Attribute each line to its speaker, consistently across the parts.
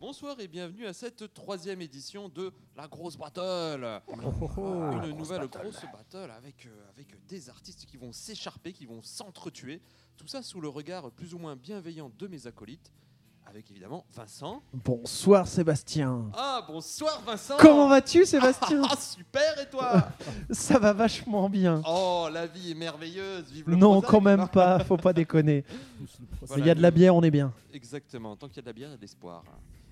Speaker 1: bonsoir et bienvenue à cette troisième édition de la grosse battle. Une nouvelle oh, grosse battle avec, euh, avec des artistes qui vont s'écharper, qui vont s'entretuer. Tout ça sous le regard plus ou moins bienveillant de mes acolytes. Avec évidemment Vincent.
Speaker 2: Bonsoir Sébastien.
Speaker 1: Ah bonsoir Vincent
Speaker 2: Comment vas-tu Sébastien
Speaker 1: Ah super et toi
Speaker 2: Ça va vachement bien.
Speaker 1: Oh la vie est merveilleuse, vive le
Speaker 2: Non,
Speaker 1: Prozac.
Speaker 2: quand même pas, faut pas déconner. Il y a de la bière, on est bien.
Speaker 1: Exactement, tant qu'il y a de la bière, il y a de l'espoir.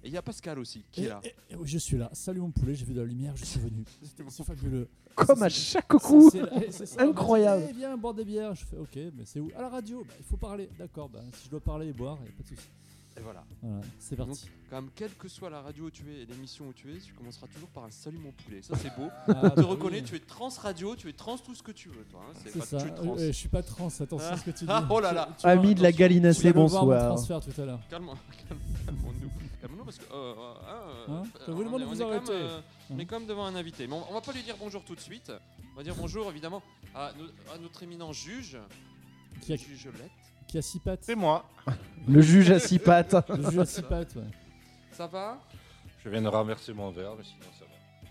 Speaker 1: Et il y a Pascal aussi qui
Speaker 3: Et-
Speaker 1: est là.
Speaker 3: et- et oui, je suis là. Salut mon poulet, j'ai vu de la lumière, je suis venu.
Speaker 1: C'était
Speaker 3: C'est fabuleux.
Speaker 2: Comme à
Speaker 3: c'est-
Speaker 2: chaque coup.
Speaker 3: Ça, c'est- c'est ça.
Speaker 2: Incroyable.
Speaker 3: On m'a dit, Eh, viens, boire des bières. Je fais ok, mais c'est où À la radio. Bah, il faut parler. D'accord, bah, si je dois parler et boire, il a pas de souci.
Speaker 1: Et voilà.
Speaker 3: Voilà, c'est parti.
Speaker 1: Quand même, quelle que soit la radio où tu es et l'émission où tu es, tu commenceras toujours par un salut mon poulet. Ça, c'est beau.
Speaker 3: Ah,
Speaker 1: Je te
Speaker 3: bah oui.
Speaker 1: reconnais, tu es trans radio, tu es trans tout ce que tu veux, toi. hein. C'est
Speaker 3: C'est
Speaker 1: pas
Speaker 3: ça.
Speaker 1: tu es trans.
Speaker 3: Euh, je suis pas trans, attention à ce que tu dis.
Speaker 1: Ah, oh là là.
Speaker 3: Tu- tu vas-
Speaker 2: Ami de la
Speaker 3: attention, tu vas
Speaker 2: Galinacée,
Speaker 3: le voir, mon
Speaker 2: bonsoir.
Speaker 3: transfert tout à l'heure.
Speaker 1: Calme- calme- Calmons-nous. Calmons-nous parce que. euh, euh, hein,
Speaker 3: Hein
Speaker 1: euh,
Speaker 3: Je vous
Speaker 1: on
Speaker 3: demande
Speaker 1: est-
Speaker 3: de
Speaker 1: on
Speaker 3: vous
Speaker 1: est quand même,
Speaker 3: arrêter.
Speaker 1: euh, On est
Speaker 3: Hein.
Speaker 1: quand même devant un invité. Mais on, on va pas lui dire bonjour tout de suite. On va dire bonjour évidemment à, no- à notre éminent juge.
Speaker 3: Qui a,
Speaker 1: Juge Lette.
Speaker 3: qui a six pattes.
Speaker 4: C'est moi.
Speaker 2: Le juge à six pattes.
Speaker 3: Le jeu à six pattes, ouais.
Speaker 1: Ça va
Speaker 4: Je viens de renverser mon verre, mais sinon ça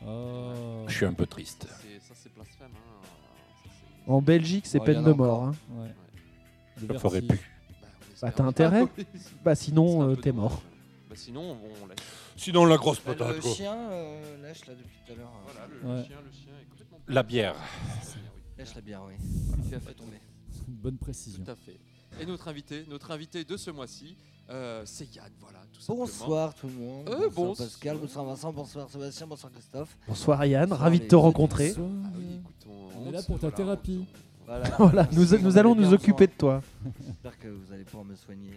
Speaker 4: va.
Speaker 3: Oh.
Speaker 4: Je suis un peu triste.
Speaker 1: C'est- Ça, c'est blasphème. hein. Ça, c'est-
Speaker 2: En Belgique, c'est
Speaker 4: Oh, y
Speaker 2: peine
Speaker 4: en a
Speaker 2: de mort. hein.
Speaker 3: Ouais. Le
Speaker 4: Ça ferait
Speaker 3: vertige.
Speaker 1: Bah, on espère.
Speaker 2: Bah, t'as intérêt
Speaker 1: Oui, ce
Speaker 2: Bah
Speaker 1: serait un
Speaker 2: sinon, euh,
Speaker 1: peu
Speaker 2: t'es
Speaker 1: dommage.
Speaker 2: mort.
Speaker 1: Bah, sinon, on, on laisse.
Speaker 4: Sinon, la grosse
Speaker 5: Bah,
Speaker 4: patate,
Speaker 5: le
Speaker 4: quoi.
Speaker 5: chien euh, lèche là depuis tout à l'heure. euh,
Speaker 1: Voilà, le,
Speaker 3: Ouais.
Speaker 1: le chien, le chien est complètement.
Speaker 4: La bière.
Speaker 5: Lèche la bière, oui.
Speaker 1: Voilà.
Speaker 5: Tu as fait tomber.
Speaker 3: Une bonne précision.
Speaker 1: Tout à fait. Et notre invité, notre invité de ce mois-ci, euh, c'est Yann, voilà, tout simplement.
Speaker 5: Bonsoir tout le monde.
Speaker 1: Euh,
Speaker 5: bonsoir
Speaker 1: bonsoir.
Speaker 5: Pascal, bonsoir Vincent, bonsoir Sébastien, bonsoir Christophe.
Speaker 2: Bonsoir Yann,
Speaker 5: Bonsoir,
Speaker 2: ravi de
Speaker 5: les
Speaker 2: te
Speaker 5: amis.
Speaker 2: rencontrer.
Speaker 3: Bonsoir.
Speaker 1: Ah oui, écoute, on,
Speaker 3: On est là pour ta
Speaker 1: voilà,
Speaker 3: thérapie.
Speaker 1: on-
Speaker 5: Voilà.
Speaker 2: Voilà, nous,
Speaker 5: Merci,
Speaker 2: nous
Speaker 5: on
Speaker 2: allons
Speaker 5: est bien
Speaker 2: nous occuper
Speaker 5: ensemble.
Speaker 2: de toi.
Speaker 5: J'espère que vous allez pouvoir me soigner.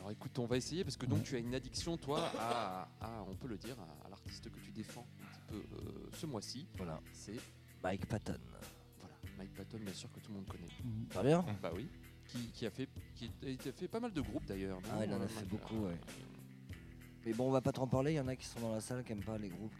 Speaker 1: Alors écoute, on va essayer parce que donc tu as une addiction, toi, à, à- on peut le dire, à, à l'artiste que tu défends un petit peu euh, ce mois-ci.
Speaker 5: Voilà.
Speaker 1: C'est
Speaker 5: Mike Patton.
Speaker 1: voilà, Mike Patton, bien sûr que tout le monde connaît.
Speaker 3: Mhm.
Speaker 5: Ça va bien
Speaker 1: Bah oui. Qui, qui a fait, qui a été fait pas mal de groupes d'ailleurs. non
Speaker 5: Ah, il en a
Speaker 1: Euh,
Speaker 5: fait
Speaker 1: Mike-
Speaker 5: beaucoup, ouais. Mais bon, on va pas trop en parler, il y en a qui sont dans la salle qui aiment pas les groupes.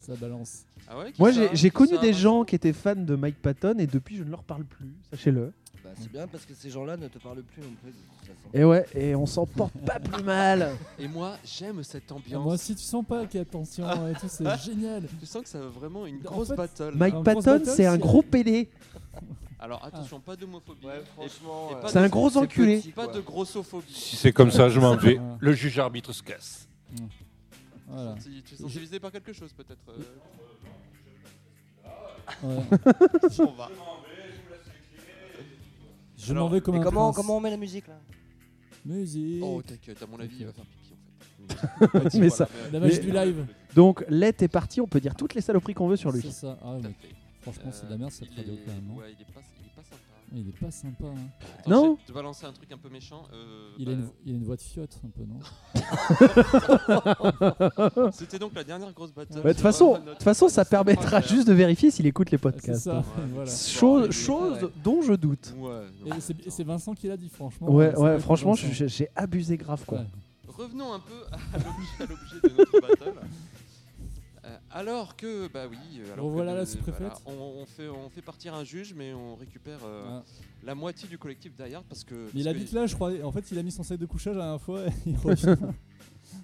Speaker 3: Ça balance.
Speaker 1: Ah ouais, qui
Speaker 2: Moi,
Speaker 1: ça,
Speaker 2: j'ai-
Speaker 1: qui
Speaker 2: j'ai connu
Speaker 1: ça,
Speaker 2: des
Speaker 1: Vincent
Speaker 2: gens qui étaient fans de Mike Patton et depuis, je ne leur parle plus, sachez-le.
Speaker 5: Bah, c'est bien parce que ces gens-là ne te parlent plus non plus de toute façon.
Speaker 2: Et ouais, et on s'en porte pas plus mal.
Speaker 1: Et moi, j'aime cette
Speaker 3: Ah, moi
Speaker 1: ambiance.
Speaker 3: aussi, tu sens pas qu'il y a tension et tout, c'est génial.
Speaker 1: Je sens que ça va vraiment une
Speaker 3: En
Speaker 1: grosse
Speaker 3: fait,
Speaker 1: battle.
Speaker 2: Mike
Speaker 3: grosse
Speaker 2: Patton,
Speaker 3: battle,
Speaker 2: c'est un
Speaker 3: c'est-
Speaker 2: gros pédé.
Speaker 3: Ah.
Speaker 1: Alors attention, pas d'homophobie. Et-
Speaker 5: franchement, euh,
Speaker 1: et pas
Speaker 2: C'est un
Speaker 1: de-
Speaker 2: gros enculé.
Speaker 1: Pas de grossophobie.
Speaker 4: Si c'est comme ça, je m'en vais.
Speaker 3: Ah.
Speaker 4: Le juge arbitre se casse.
Speaker 3: Voilà.
Speaker 1: Tu tu es sensibilisé par quelque chose peut-être euh,
Speaker 3: Ouais.
Speaker 1: On va.
Speaker 3: Je
Speaker 1: Alors,
Speaker 3: m'en vais comme
Speaker 5: Et
Speaker 3: un
Speaker 5: comment,
Speaker 3: prince.
Speaker 5: comment on met la musique là
Speaker 3: Musique.
Speaker 1: Oh t'inquiète, à mon avis, il va faire pipi en fait.
Speaker 2: Mais ça-
Speaker 3: La magie
Speaker 2: Mais-
Speaker 3: du live.
Speaker 2: Donc, Let est parti, on peut dire toutes les saloperies qu'on veut sur lui.
Speaker 3: C'est ça. Ah, ouais,
Speaker 1: Tout à
Speaker 3: mais
Speaker 1: fait.
Speaker 3: franchement, c'est de la merde cette
Speaker 1: Euh,
Speaker 3: radio
Speaker 1: il est-
Speaker 3: quand même. hein.
Speaker 1: Ouais, il est pas, il est pas sympa.
Speaker 3: Il est pas sympa. hein.
Speaker 1: Attends,
Speaker 2: Non
Speaker 1: Je vais te balancer un truc un peu méchant. euh,
Speaker 3: Il,
Speaker 1: bah,
Speaker 3: a une, il a une voix de fiotte un peu, non
Speaker 1: C'était donc la dernière grosse battle.
Speaker 2: Bah, De toute façon, de toute façon, ça permettra juste de vérifier s'il écoute les
Speaker 3: Ah, C'est
Speaker 2: podcasts.
Speaker 3: ça.
Speaker 1: Ouais.
Speaker 3: voilà.
Speaker 2: Chose, chose dont je doute.
Speaker 3: Et c'est- et c'est Vincent qui l'a dit, franchement.
Speaker 2: Ouais,
Speaker 3: C'est pas
Speaker 2: ouais,
Speaker 3: que
Speaker 2: franchement,
Speaker 3: Vincent.
Speaker 2: j'ai j'ai abusé grave quoi.
Speaker 3: Ouais.
Speaker 1: Revenons un peu à l'objet- à l'objet de notre battle. Euh, alors que, bah oui, euh, alors que
Speaker 3: Revoilà
Speaker 1: nous-
Speaker 3: la sous-préfète.
Speaker 1: voilà, on, on fait, on fait partir un juge, mais on récupère euh,
Speaker 3: Ah.
Speaker 1: la moitié du collectif d'ailleurs parce que.
Speaker 3: Mais
Speaker 1: parce
Speaker 3: il
Speaker 1: que
Speaker 3: habite là, je crois. En fait, il a mis son sac de couchage la dernière fois et il revient.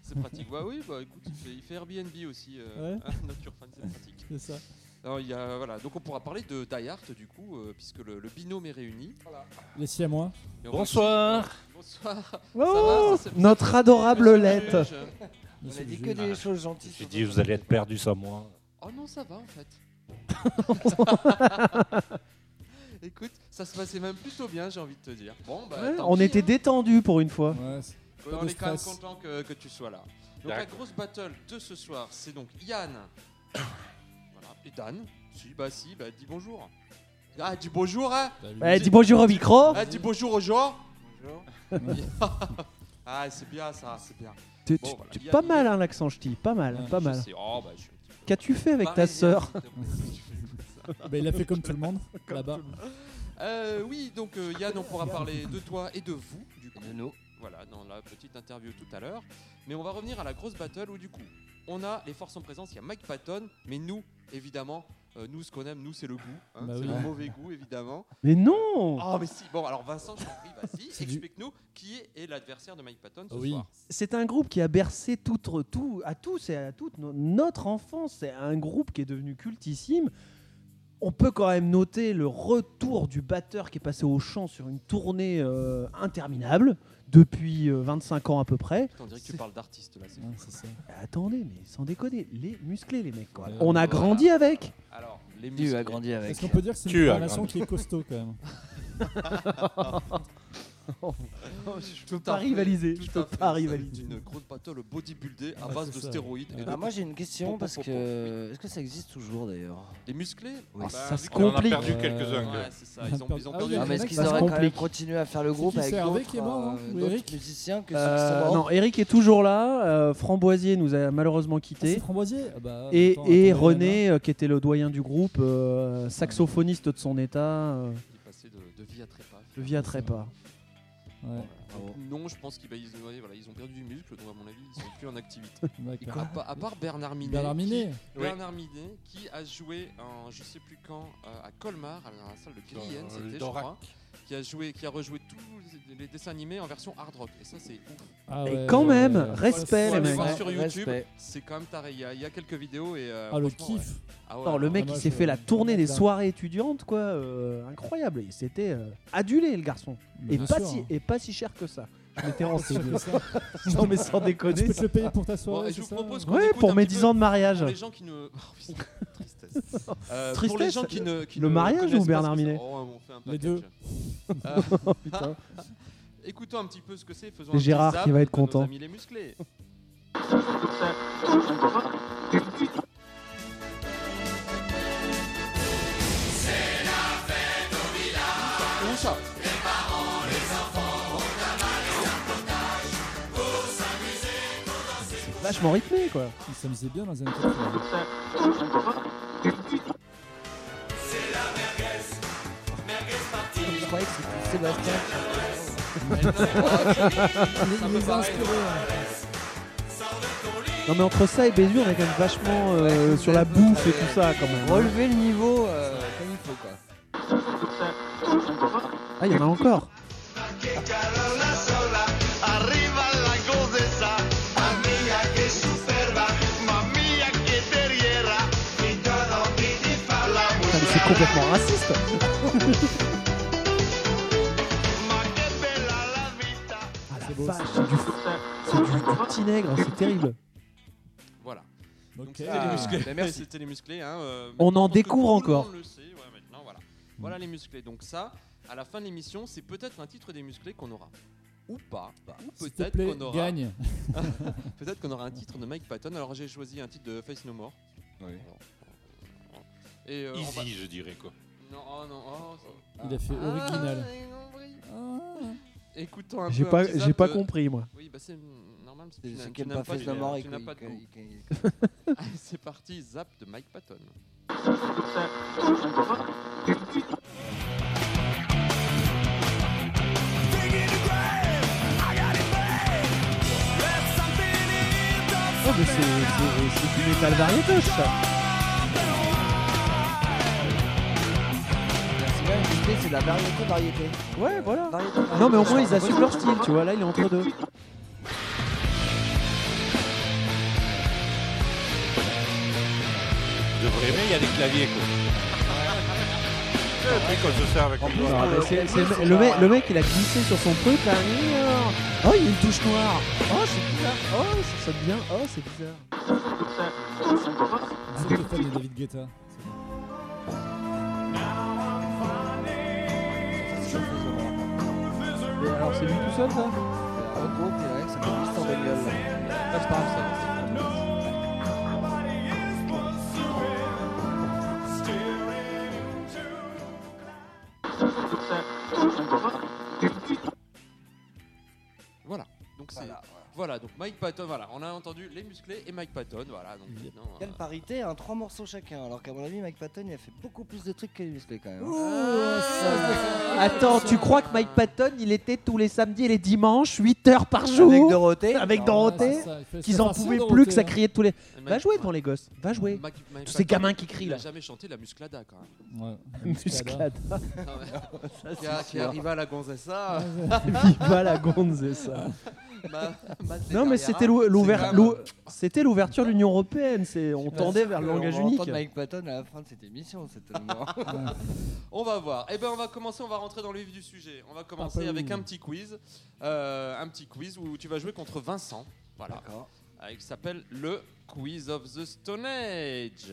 Speaker 1: C'est pratique. Bah oui, bah écoute, il fait, il fait Airbnb aussi. Euh,
Speaker 3: Ouais.
Speaker 1: Nature fan, c'est pratique.
Speaker 3: C'est ça.
Speaker 1: Alors, il y a, voilà, donc on pourra parler de Die Hard du coup, euh, puisque le, le binôme est réuni.
Speaker 3: Les siamois.
Speaker 1: Et on va-
Speaker 4: Bonsoir.
Speaker 1: Bonsoir.
Speaker 2: Oh,
Speaker 1: ça, c'est-
Speaker 2: notre adorable
Speaker 1: Monsieur le
Speaker 2: Let.
Speaker 1: juge.
Speaker 5: On
Speaker 3: Monsieur
Speaker 5: a dit
Speaker 3: le
Speaker 5: que
Speaker 3: juge.
Speaker 5: des choses gentilles.
Speaker 4: J'ai
Speaker 5: sur
Speaker 4: dit,
Speaker 5: votre
Speaker 4: vous allez être perdu sans moi.
Speaker 1: Oh non, ça va en fait. Écoute, ça se passait même plutôt bien, j'ai envie de te dire. Bon, bah,
Speaker 2: Ouais,
Speaker 1: tant
Speaker 2: on
Speaker 1: pis,
Speaker 2: était
Speaker 1: hein.
Speaker 2: détendu pour une fois.
Speaker 3: Ouais, c'est- pas
Speaker 1: On
Speaker 3: de
Speaker 1: est quand même
Speaker 3: stress.
Speaker 1: content que, que tu sois là. Donc la
Speaker 4: D'accord.
Speaker 1: grosse battle de ce soir, c'est donc Yann. voilà. Et Dan. Si, bah si, bah dis bonjour. Ah, dis bonjour, hein
Speaker 3: t'as vu.
Speaker 2: Eh, dis bonjour au micro.
Speaker 1: Ah, dis bonjour aux gens
Speaker 5: Bonjour.
Speaker 1: Ah, c'est bien ça, c'est bien.
Speaker 2: Tu-
Speaker 1: Bon,
Speaker 2: tu-
Speaker 1: voilà.
Speaker 2: tu-
Speaker 1: Yann,
Speaker 2: Pas
Speaker 1: il-
Speaker 2: mal hein, l'accent ch'ti, pas mal,
Speaker 3: Ouais,
Speaker 2: pas
Speaker 1: Je
Speaker 2: mal.
Speaker 1: sais, Bah, oh, bah, je suis un petit peu
Speaker 2: Qu'as-tu fait avec ta
Speaker 1: parisien,
Speaker 2: sœur
Speaker 1: s'il te plaît.
Speaker 3: Bah, il a fait comme tout le monde là-bas.
Speaker 1: Euh, oui, donc euh, Yann, on pourra parler de toi et de vous, du coup.
Speaker 5: De nous.
Speaker 1: Voilà, dans la petite interview tout à l'heure. Mais on va revenir à la grosse battle où, du coup, on a les forces en présence, il y a Mike Patton, mais nous, évidemment, Euh, nous, ce qu'on aime, nous, c'est le goût. hein,
Speaker 3: Bah
Speaker 1: c'est
Speaker 3: oui.
Speaker 1: le mauvais goût, évidemment.
Speaker 2: Mais non
Speaker 1: Oh, mais si. Bon, alors Vincent, je t'en prie, vas-y,
Speaker 3: C'est du-
Speaker 1: explique-nous qui est, est l'adversaire de Mike Patton ce
Speaker 3: Oui.
Speaker 1: soir.
Speaker 2: C'est un groupe qui a bercé tout, tout, à tous et à toutes no- notre enfance. C'est un groupe qui est devenu cultissime. On peut quand même noter le retour du batteur qui est passé au chant sur une tournée euh, interminable depuis euh, 25 ans à peu près.
Speaker 1: Putain, on dirait que tu
Speaker 2: C'est-
Speaker 1: parles d'artiste là. c'est fou.
Speaker 3: Ouais, c'est ça.
Speaker 2: Attendez, mais sans déconner, les musclés, les mecs. quoi.
Speaker 3: Euh,
Speaker 2: On
Speaker 1: voilà.
Speaker 2: a grandi avec.
Speaker 1: Alors, les
Speaker 5: Tu
Speaker 1: muscles.
Speaker 5: as grandi avec.
Speaker 3: Est-ce qu'on peut dire que c'est
Speaker 4: Tu
Speaker 3: une
Speaker 4: as
Speaker 3: relation
Speaker 4: grandi.
Speaker 3: qui est costaud quand même
Speaker 1: Je peux
Speaker 2: pas rivaliser, je peux pas rivaliser.
Speaker 1: Une grosse battle bodybuildée à
Speaker 3: Ouais,
Speaker 1: base
Speaker 3: c'est
Speaker 1: de
Speaker 3: ça.
Speaker 1: stéroïdes. et
Speaker 3: Ouais.
Speaker 1: de-
Speaker 5: Ah, moi j'ai une question
Speaker 1: Pom, pom,
Speaker 5: parce
Speaker 1: pom,
Speaker 5: que est-ce que ça existe toujours d'ailleurs
Speaker 1: Des musclés
Speaker 5: Oui.
Speaker 1: Bah,
Speaker 2: Ça
Speaker 1: vu
Speaker 2: se
Speaker 1: qu'on en a
Speaker 4: On en a
Speaker 2: complique.
Speaker 4: perdu
Speaker 3: Euh,
Speaker 4: quelques-uns.
Speaker 1: Ouais, c'est ça. Ils ont, ils ont
Speaker 3: Ah
Speaker 1: perdu.
Speaker 3: oui,
Speaker 5: Ah
Speaker 3: le
Speaker 5: mais
Speaker 1: les
Speaker 5: est-ce
Speaker 3: mec,
Speaker 5: qu'ils
Speaker 3: ça se
Speaker 5: auraient quand même
Speaker 2: complique.
Speaker 5: continué à faire le
Speaker 3: C'est
Speaker 5: groupe
Speaker 3: qui,
Speaker 5: avec
Speaker 3: c'est Hervé
Speaker 5: d'autres
Speaker 3: qui est mort, hein,
Speaker 5: euh,
Speaker 3: ou
Speaker 5: d'autres
Speaker 3: Eric
Speaker 5: musiciens que ceux qui
Speaker 2: Euh,
Speaker 5: sont morts
Speaker 2: non, Eric est toujours là. euh, Framboisier nous a malheureusement
Speaker 3: C'est
Speaker 2: quittés.
Speaker 3: Framboisier Ah bah,
Speaker 2: Et,
Speaker 3: attends,
Speaker 2: et
Speaker 3: attendez,
Speaker 2: René, euh, qui était le doyen du groupe, euh, saxophoniste de son état, euh,
Speaker 1: Il est passé de, de vie à trépas.
Speaker 2: le via trépas.
Speaker 3: Anna. Ouais,
Speaker 5: Bravo.
Speaker 1: Non, je pense qu'ils bah, ils, ouais, voilà, ils ont perdu du muscle, donc à mon avis, ils sont plus en activité.
Speaker 3: d'accord.
Speaker 1: à, pa- à part Bernard Minet.
Speaker 3: Bernard Minet
Speaker 1: qui, Bernard Minet, qui a joué en je sais plus quand euh, à Colmar, à la salle de
Speaker 4: euh,
Speaker 1: Grillén, c'était, je crois, Euh, qui a joué, qui a rejoué tous les dessins animés en version hard rock. Et ça, c'est ouf.
Speaker 3: Ah
Speaker 2: Et
Speaker 3: ouais,
Speaker 2: quand
Speaker 3: ouais,
Speaker 2: même,
Speaker 3: ouais.
Speaker 2: respect
Speaker 1: Faut
Speaker 2: les
Speaker 1: aller
Speaker 2: mecs.
Speaker 1: voir
Speaker 5: Ouais,
Speaker 1: sur YouTube,
Speaker 5: respect.
Speaker 1: c'est quand même taré. Il y, a- il y a quelques vidéos et. euh,
Speaker 3: Ah le
Speaker 1: franchement, ouais.
Speaker 3: kiff
Speaker 1: Ah ouais,
Speaker 2: Alors, le
Speaker 1: alors,
Speaker 2: mec,
Speaker 3: moi,
Speaker 2: il s'est
Speaker 3: je-
Speaker 2: fait la tournée des
Speaker 3: Dingue.
Speaker 2: soirées étudiantes, quoi. euh, incroyable. Il s'était euh, adulé, le garçon. Et
Speaker 3: Bien
Speaker 2: pas,
Speaker 3: sûr,
Speaker 2: si,
Speaker 3: hein.
Speaker 2: et pas si cher que ça. Je m'étais
Speaker 3: C'est
Speaker 2: renseigné.
Speaker 3: bien ça.
Speaker 2: non, mais sans
Speaker 3: Tu
Speaker 2: déconner.
Speaker 3: peux te le payer pour ta
Speaker 1: Bon,
Speaker 3: soirée
Speaker 1: et je
Speaker 3: c'est
Speaker 1: vous
Speaker 3: ça
Speaker 1: propose qu'on
Speaker 2: Ouais,
Speaker 1: écoute
Speaker 2: pour
Speaker 1: un
Speaker 2: mes
Speaker 1: petit
Speaker 2: 10
Speaker 1: peu-
Speaker 2: ans de mariage.
Speaker 1: Pour les gens qui ne. Oh, putain, tristesse. Euh, pour les
Speaker 2: Tristesse,
Speaker 1: gens qui ne. qui
Speaker 2: le
Speaker 1: ne
Speaker 2: mariage
Speaker 1: connaissent
Speaker 2: ou
Speaker 1: pas
Speaker 2: Bernard
Speaker 1: ce que c'est-
Speaker 2: Minet Oh,
Speaker 1: Oh, on fait un package.
Speaker 3: Les deux.
Speaker 1: Euh,
Speaker 2: Putain.
Speaker 1: écoutons un petit peu ce que c'est. Faisons
Speaker 2: Et
Speaker 1: un petit
Speaker 2: Gérard
Speaker 1: zap
Speaker 2: qui va être
Speaker 1: de nos
Speaker 2: content.
Speaker 1: amis les musclés. Comment ça
Speaker 2: Vachement rythmé, quoi.
Speaker 3: Ils s'amusaient bien dans les années 80.
Speaker 5: Je croyais que c'était Sébastien.
Speaker 3: Ils les
Speaker 1: paraît.
Speaker 3: inspiraient, hein.
Speaker 2: Non, mais entre ça et Bézu, on est quand même vachement euh, sur la bouffe et tout ça, quand même. hein.
Speaker 5: Relever le niveau euh, comme il faut quoi.
Speaker 2: Ah, il y en a encore.
Speaker 6: Arriba la gozesa, amiga que superba, mamilla que te riera, y todo y hablamos.
Speaker 2: Putain, mais c'est complètement raciste.
Speaker 6: Ma que pela la vista.
Speaker 2: Ah, la
Speaker 3: C'est beau,
Speaker 2: vache, c'est du, c'est du, du petit nègre, c'est terrible.
Speaker 1: Voilà.
Speaker 3: Ok.
Speaker 1: Donc c'était
Speaker 5: Ah,
Speaker 1: les musclés.
Speaker 5: bah merci.
Speaker 1: ben C'était les musclés. hein, euh,
Speaker 2: On
Speaker 1: maintenant, je pense
Speaker 2: en
Speaker 1: que
Speaker 2: découvre
Speaker 1: tout le
Speaker 2: encore.
Speaker 1: monde le sait, ouais, maintenant, voilà. Voilà les musclés. Donc ça, à la fin de l'émission, c'est peut-être un titre des musclés qu'on aura. Ou pas. Ou
Speaker 3: S'il te
Speaker 1: peut-être
Speaker 3: plaît,
Speaker 1: qu'on aura.
Speaker 3: gagne.
Speaker 1: Peut-être qu'on aura un titre de Mike Patton. Alors j'ai choisi un titre de Face No More.
Speaker 5: Bah,
Speaker 4: Oui.
Speaker 1: Et euh, on va-
Speaker 4: Easy, je dirais quoi.
Speaker 1: Non, oh non, oh, ça-
Speaker 3: Il a fait
Speaker 1: Ah,
Speaker 3: original.
Speaker 1: ils ont pris.
Speaker 3: Ah.
Speaker 1: Écoutons un
Speaker 2: J'ai
Speaker 1: peu. un
Speaker 2: pas,
Speaker 1: petit zap
Speaker 2: j'ai pas
Speaker 1: de-
Speaker 2: compris, moi.
Speaker 1: Oui, bah c'est normal. parce que tu n'as-
Speaker 5: C'est
Speaker 1: tu
Speaker 5: qu'elle
Speaker 1: n'as
Speaker 5: pas fait
Speaker 1: de-
Speaker 5: la mort et
Speaker 1: Tu n'as pas de goût.
Speaker 5: que.
Speaker 1: Allez, c'est parti, zap de Mike Patton.
Speaker 2: Oh, mais c'est, c'est, c'est du métal variété, ça.
Speaker 5: C'est bien, l'idée, c'est de la variété, variété.
Speaker 2: Ouais, voilà.
Speaker 5: Variété,
Speaker 2: Non, mais au
Speaker 5: variété.
Speaker 2: moins, ils assument leur style, tu vois. Là, il est entre deux.
Speaker 4: De vraiment, il y a des claviers quoi. Le truc qu'on se sert avec les doigts.
Speaker 2: Ah, mais c'est- c'est- le, mec, le mec, il a glissé sur son truc, là. Alors, Oh, il y a une touche noire. Oh, c'est bizarre. Oh, ça sonne bien. Oh, c'est bizarre.
Speaker 3: Ah, C'est le fan de David Guetta.
Speaker 2: Mais alors, c'est lui tout seul, ça
Speaker 5: En gros, c'est vrai que ça fait juste en bagnole.
Speaker 1: Ça se passe, ça. Voilà. Donc c'est
Speaker 5: Voilà,
Speaker 1: Voilà, donc Mike Patton, voilà, on a entendu les musclés et Mike Patton, voilà. Donc, euh,
Speaker 3: Yep.
Speaker 1: non,
Speaker 5: Quelle parité, hein, trois morceaux chacun. Alors qu'à mon avis, Mike Patton, il a fait beaucoup plus de trucs que les musclés quand même. hein.
Speaker 1: euh,
Speaker 3: ça-
Speaker 2: Ah, Attends, tu crois que Mike Patton, il était tous les samedis et les dimanches, 8 heures par
Speaker 5: Avec
Speaker 2: jour,
Speaker 5: Dorothée.
Speaker 2: avec
Speaker 3: Ah,
Speaker 2: Dorothée,
Speaker 3: c'est ça, il fait-
Speaker 2: qu'ils
Speaker 3: ça
Speaker 2: en
Speaker 3: façon
Speaker 2: pouvaient
Speaker 3: Dorothée,
Speaker 2: plus, que ça
Speaker 3: hein.
Speaker 2: criait tous les.
Speaker 1: Mike-
Speaker 2: Va jouer
Speaker 1: Mike-
Speaker 2: devant les gosses, va jouer.
Speaker 1: Mike- Mike
Speaker 2: Tous
Speaker 1: Patton,
Speaker 2: ces gamins qui crient
Speaker 1: Il
Speaker 2: là.
Speaker 1: a jamais chanté la musclada quand même.
Speaker 3: hein. Ouais.
Speaker 2: Muscade.
Speaker 1: qui, a- qui arriva à la Gonzessa. euh,
Speaker 2: Viva la Gonzessa.
Speaker 1: ma- ma-
Speaker 2: Non mais c'était l'ou- l'ouvert- l'ou- c'était l'ouverture de l'Union Européenne, c'est on tendait vers le
Speaker 5: On va
Speaker 2: langage
Speaker 5: entendre
Speaker 2: unique.
Speaker 5: Mike Patton à la fin de cette émission, c'est tellement.
Speaker 1: On va voir. Eh ben, on va commencer. On va rentrer dans le vif du sujet. On va
Speaker 3: Ah,
Speaker 1: commencer
Speaker 3: pas
Speaker 1: avec
Speaker 3: ouf.
Speaker 1: un petit quiz, Euh, un petit quiz où tu vas jouer contre Vincent. Voilà.
Speaker 5: D'accord.
Speaker 1: Euh, Il s'appelle le Quiz of the Stone Age.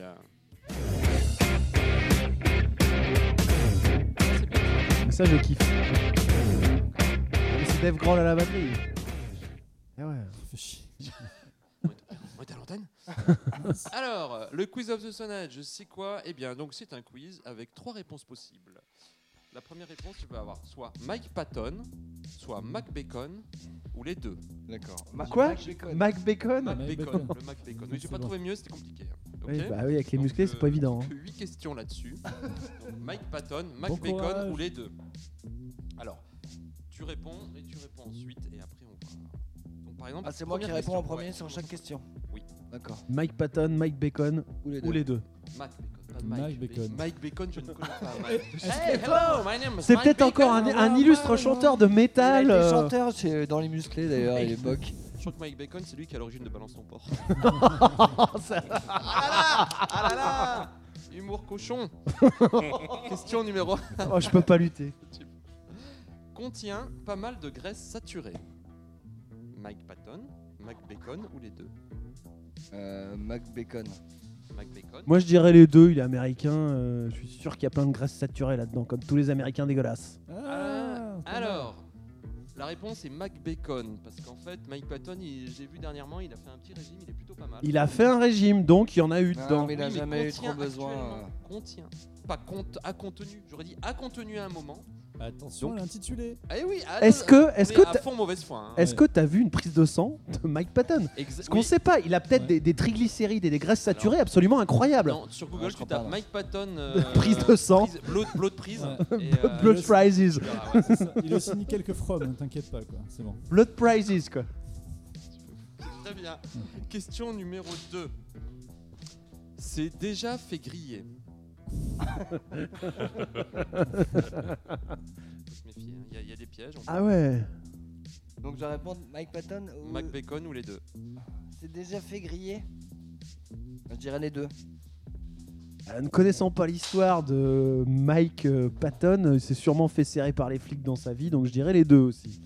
Speaker 2: Ça je kiffe. C'est Dave Grohl à la batterie. Ah ouais.
Speaker 3: Fais chier.
Speaker 1: On est à l'antenne Alors, euh, le quiz of the Stone Age, c'est quoi Eh bien, donc c'est un quiz avec trois réponses possibles. La première réponse, tu peux avoir soit Mike Patton, soit Mac Bacon, ou les deux.
Speaker 5: D'accord.
Speaker 2: Quoi
Speaker 5: Mike Bacon.
Speaker 2: Ah, Mac Bacon
Speaker 1: Mac
Speaker 3: Mike
Speaker 1: Bacon,
Speaker 3: Bacon.
Speaker 1: le Mac Bacon. Oui,
Speaker 3: Oui,
Speaker 1: j'ai
Speaker 3: c'est
Speaker 1: pas
Speaker 3: bon.
Speaker 1: trouvé mieux, c'était compliqué. hein. Ok
Speaker 2: Oui, bah oui, avec les
Speaker 1: Donc,
Speaker 2: musclés, c'est
Speaker 1: euh,
Speaker 2: pas évident. hein.
Speaker 1: 8 questions là-dessus. Donc, Mike Patton, Mac
Speaker 3: Bon
Speaker 1: Bacon
Speaker 3: courage.
Speaker 1: ou les deux Alors, tu réponds et tu réponds ensuite et après on va. Donc par exemple,
Speaker 5: Ah, c'est moi qui
Speaker 1: première
Speaker 5: réponds en
Speaker 1: question,
Speaker 5: premier
Speaker 1: ouais.
Speaker 5: sur chaque question.
Speaker 1: Oui.
Speaker 5: D'accord.
Speaker 2: Mike Patton, Mike Bacon
Speaker 5: Ou les deux.
Speaker 2: ou les deux.
Speaker 1: Mac Bacon, pas de
Speaker 3: Mike
Speaker 1: Mike
Speaker 3: Bacon.
Speaker 1: Mike Bacon, je ne connais pas. Mike.
Speaker 3: Est-ce
Speaker 1: Hey, hello, my name is
Speaker 2: C'est
Speaker 1: Mike
Speaker 2: peut-être
Speaker 1: Bacon.
Speaker 2: encore un,
Speaker 5: ouais,
Speaker 2: un
Speaker 5: ouais,
Speaker 2: illustre
Speaker 5: ouais.
Speaker 2: chanteur de
Speaker 5: Il a
Speaker 2: métal.
Speaker 5: été
Speaker 2: euh,
Speaker 5: chanteur chez- dans les musclés d'ailleurs à l'époque.
Speaker 1: Je crois que Mike Bacon, c'est lui qui est à l'origine de Balance ton port.
Speaker 2: ça-
Speaker 1: Ah là là Humour cochon Question numéro 1.
Speaker 2: Oh, je peux pas lutter.
Speaker 1: Contient pas mal de graisse saturée. Mike Patton, Mac Bacon ou les deux
Speaker 5: Euh, Mac Bacon.
Speaker 1: Mac Bacon.
Speaker 2: Moi, je dirais les deux. Il est américain. euh, je suis sûr qu'il y a plein de graisse saturée là-dedans, comme tous les Américains dégueulasses.
Speaker 3: Ah, c'est pas mal.
Speaker 1: Alors, la réponse est Mac Bacon, parce qu'en fait, Mike Patton, il- j'ai vu dernièrement, il a fait un petit régime, il est plutôt pas mal.
Speaker 2: Il a fait un régime, donc il y en a eu
Speaker 5: Non,
Speaker 2: dedans.
Speaker 5: mais il a
Speaker 1: Oui, Ah, mais
Speaker 5: jamais eu
Speaker 1: contient
Speaker 5: trop besoin. euh.
Speaker 1: actuellement- Contient, pas compte, à contenu, j'aurais dit à contenu à un moment.
Speaker 3: Attention
Speaker 1: Donc-
Speaker 3: à l'intitulé.
Speaker 1: Eh oui, ah,
Speaker 2: Est-ce
Speaker 1: non,
Speaker 2: que,
Speaker 1: on
Speaker 2: est-ce
Speaker 1: est
Speaker 2: que,
Speaker 1: à
Speaker 2: t'as-
Speaker 1: fond mauvaise foi. hein.
Speaker 2: est-ce que t'as vu une prise de sang de Mike Patton
Speaker 1: Exa-
Speaker 2: Parce qu'on
Speaker 1: oui.
Speaker 2: sait pas. Il a peut-être
Speaker 3: Ouais.
Speaker 2: des, des triglycérides et des graisses saturées absolument incroyables.
Speaker 1: Non, sur Google,
Speaker 5: Ah,
Speaker 1: tu
Speaker 5: je crois
Speaker 1: tapes
Speaker 5: pas, non.
Speaker 1: Mike Patton. euh,
Speaker 2: Prise de sang.
Speaker 1: prise- Blood, blood prise.
Speaker 3: Ouais.
Speaker 1: et, euh,
Speaker 2: Blood
Speaker 3: le-
Speaker 2: prizes,
Speaker 1: tu verras, ouais.
Speaker 3: C'est ça. Il a signé quelques from, hein, t'inquiète pas quoi, c'est bon.
Speaker 2: blood prizes quoi.
Speaker 1: Très bien.
Speaker 2: Mm.
Speaker 1: Question numéro 2. C'est déjà fait griller. Faut se méfier, hein. il y, a- il y a des pièges. on peut-
Speaker 2: Ah ouais.
Speaker 5: Donc je dois répondre Mike Patton ou
Speaker 1: Mac Bacon ou les deux
Speaker 5: c'est déjà fait griller Je dirais les deux.
Speaker 2: Euh, Ne connaissant pas l'histoire de Mike euh, Patton, euh, il s'est sûrement fait serrer par les flics dans sa vie, donc je dirais les deux aussi.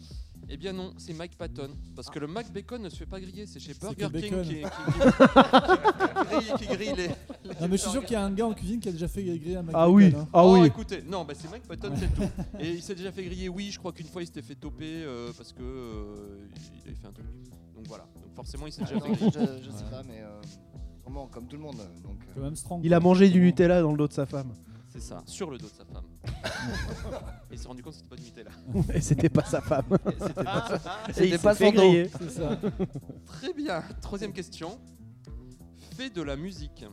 Speaker 1: Eh bien non, c'est Mike Patton. Parce que le Mac Bacon ne se fait pas griller, c'est chez
Speaker 3: que
Speaker 1: Burger King
Speaker 3: bacon.
Speaker 1: qui, qui- qui- qui grille, qui grille les.
Speaker 3: Non mais je suis sûr qu'il y a un gars en cuisine qui a déjà fait griller un Mac
Speaker 2: Ah
Speaker 3: Bacon,
Speaker 2: oui,
Speaker 3: hein.
Speaker 2: ah
Speaker 1: oh,
Speaker 2: oui.
Speaker 1: écoutez, non, bah, c'est Mike Patton, c'est tout. Et il s'est déjà fait griller, oui, je crois qu'une fois il s'était fait toper euh, parce que euh, il avait fait un truc. Donc voilà, donc forcément il s'est déjà fait
Speaker 5: Ah, Non,
Speaker 1: griller.
Speaker 5: je, je sais
Speaker 3: Ouais.
Speaker 5: pas mais euh, vraiment comme tout le monde euh, donc.
Speaker 3: Quand même strong. hein.
Speaker 2: Il a mangé du Nutella dans le dos de sa femme.
Speaker 1: C'est ça, sur le dos de sa femme. Et il s'est rendu compte que c'était pas du Nutella.
Speaker 2: Et c'était pas sa femme.
Speaker 1: C'était pas ça.
Speaker 2: Et
Speaker 5: C'était
Speaker 2: il s'est
Speaker 5: pas
Speaker 2: fait
Speaker 5: son dos.
Speaker 2: griller.
Speaker 3: C'est ça.
Speaker 1: Très bien. Troisième question. Fait de la musique.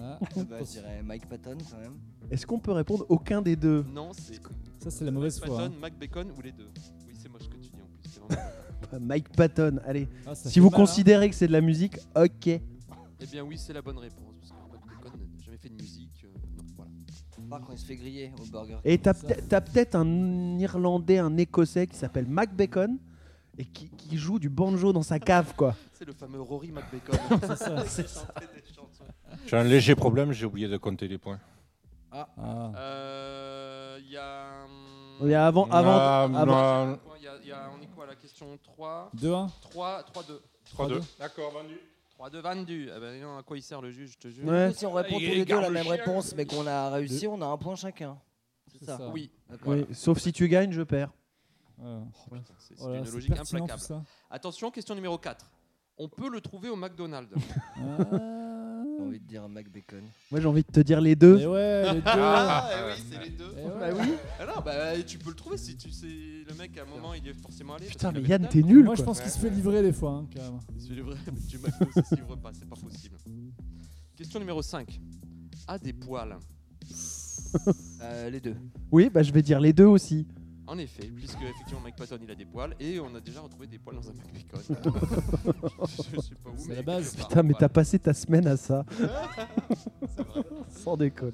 Speaker 3: Ah,
Speaker 5: euh, bah, je dirais Mike Patton quand même.
Speaker 2: Est-ce qu'on peut répondre aucun des deux
Speaker 1: Non, c'est
Speaker 3: ça c'est la mauvaise foi.
Speaker 1: Patton,
Speaker 3: hein.
Speaker 1: Mac Bacon ou les deux. Oui, c'est moche que tu dis en plus. c'est vraiment-
Speaker 2: Bah, Mike Patton, allez.
Speaker 3: Ah, ça
Speaker 2: Si
Speaker 3: fait
Speaker 2: vous
Speaker 3: mal, hein.
Speaker 2: considérez que c'est de la musique, ok.
Speaker 1: eh bien oui, c'est la bonne réponse. Parce que Mac Bacon n'a jamais fait de musique. euh, non, voilà.
Speaker 5: Par contre il se fait griller au burger.
Speaker 2: Et t'as
Speaker 3: Ça.
Speaker 2: peut- t'as peut-être un Irlandais, un Écossais qui s'appelle Mac Bacon et qui, qui joue du banjo dans sa cave, quoi.
Speaker 1: C'est le fameux Rory Mac Bacon. c'est ça. des chansons.
Speaker 4: J'ai un léger problème, j'ai oublié de compter les points.
Speaker 3: Ah.
Speaker 1: Euh, Il y a... hum,
Speaker 2: Et avant, avant,
Speaker 4: Ah,
Speaker 2: avant-
Speaker 4: non.
Speaker 1: Il y a- il y a- on est quoi à la question 3
Speaker 3: 2-1
Speaker 1: 3, 3, 2.
Speaker 4: 3-2. D'accord, vendu.
Speaker 1: 3 de vendu. Eh ben non, à quoi il sert le juge, je te jure
Speaker 2: Ouais.
Speaker 5: Si on répond
Speaker 4: Il
Speaker 5: tous les deux
Speaker 4: garde
Speaker 5: la
Speaker 4: le
Speaker 5: même
Speaker 4: chien.
Speaker 5: réponse mais qu'on a réussi, on a un point chacun. C'est
Speaker 3: C'est
Speaker 5: ça.
Speaker 3: ça.
Speaker 1: Oui.
Speaker 5: D'accord.
Speaker 2: Oui, sauf si tu gagnes, je perds.
Speaker 3: Ouais.
Speaker 1: Oh, Putain, C'est c'est
Speaker 3: Voilà,
Speaker 1: une
Speaker 3: Oh c'est
Speaker 1: logique
Speaker 3: pertinent,
Speaker 1: implacable.
Speaker 3: tout ça.
Speaker 1: Attention, question numéro 4. On peut le trouver au McDonald's.
Speaker 3: Ah.
Speaker 5: J'ai envie de dire un Mac Bacon.
Speaker 2: Moi, j'ai envie de te dire les deux.
Speaker 3: Mais Eh ouais, les deux.
Speaker 1: Ah, eh oui, c'est les deux.
Speaker 3: Eh ouais.
Speaker 2: Bah oui.
Speaker 1: Ah non, bah tu peux le trouver si tu sais. Le mec, à un moment, il est forcément allé.
Speaker 2: Putain,
Speaker 1: parce qu'il
Speaker 2: mais
Speaker 1: avait
Speaker 2: Yann,
Speaker 1: dalle.
Speaker 2: t'es nul.
Speaker 3: Moi, je
Speaker 2: quoi.
Speaker 3: pense qu'il se fait livrer des fois, hein, quand même.
Speaker 1: C'est vrai, mais tu m'as ça se livre pas, c'est pas possible. Question numéro 5. A des poils.
Speaker 5: Euh, les deux.
Speaker 2: Oui, bah je vais dire les deux aussi.
Speaker 1: En effet, puisque effectivement Mike Patton il a des poils et on a déjà retrouvé des poils dans un Mac Bacon. je, je sais pas où,
Speaker 3: C'est
Speaker 1: mais
Speaker 3: la base.
Speaker 1: quelque part,
Speaker 2: Putain, mais t'as
Speaker 1: voilà.
Speaker 2: passé ta semaine à ça.
Speaker 1: C'est vrai.
Speaker 2: Sans déconne.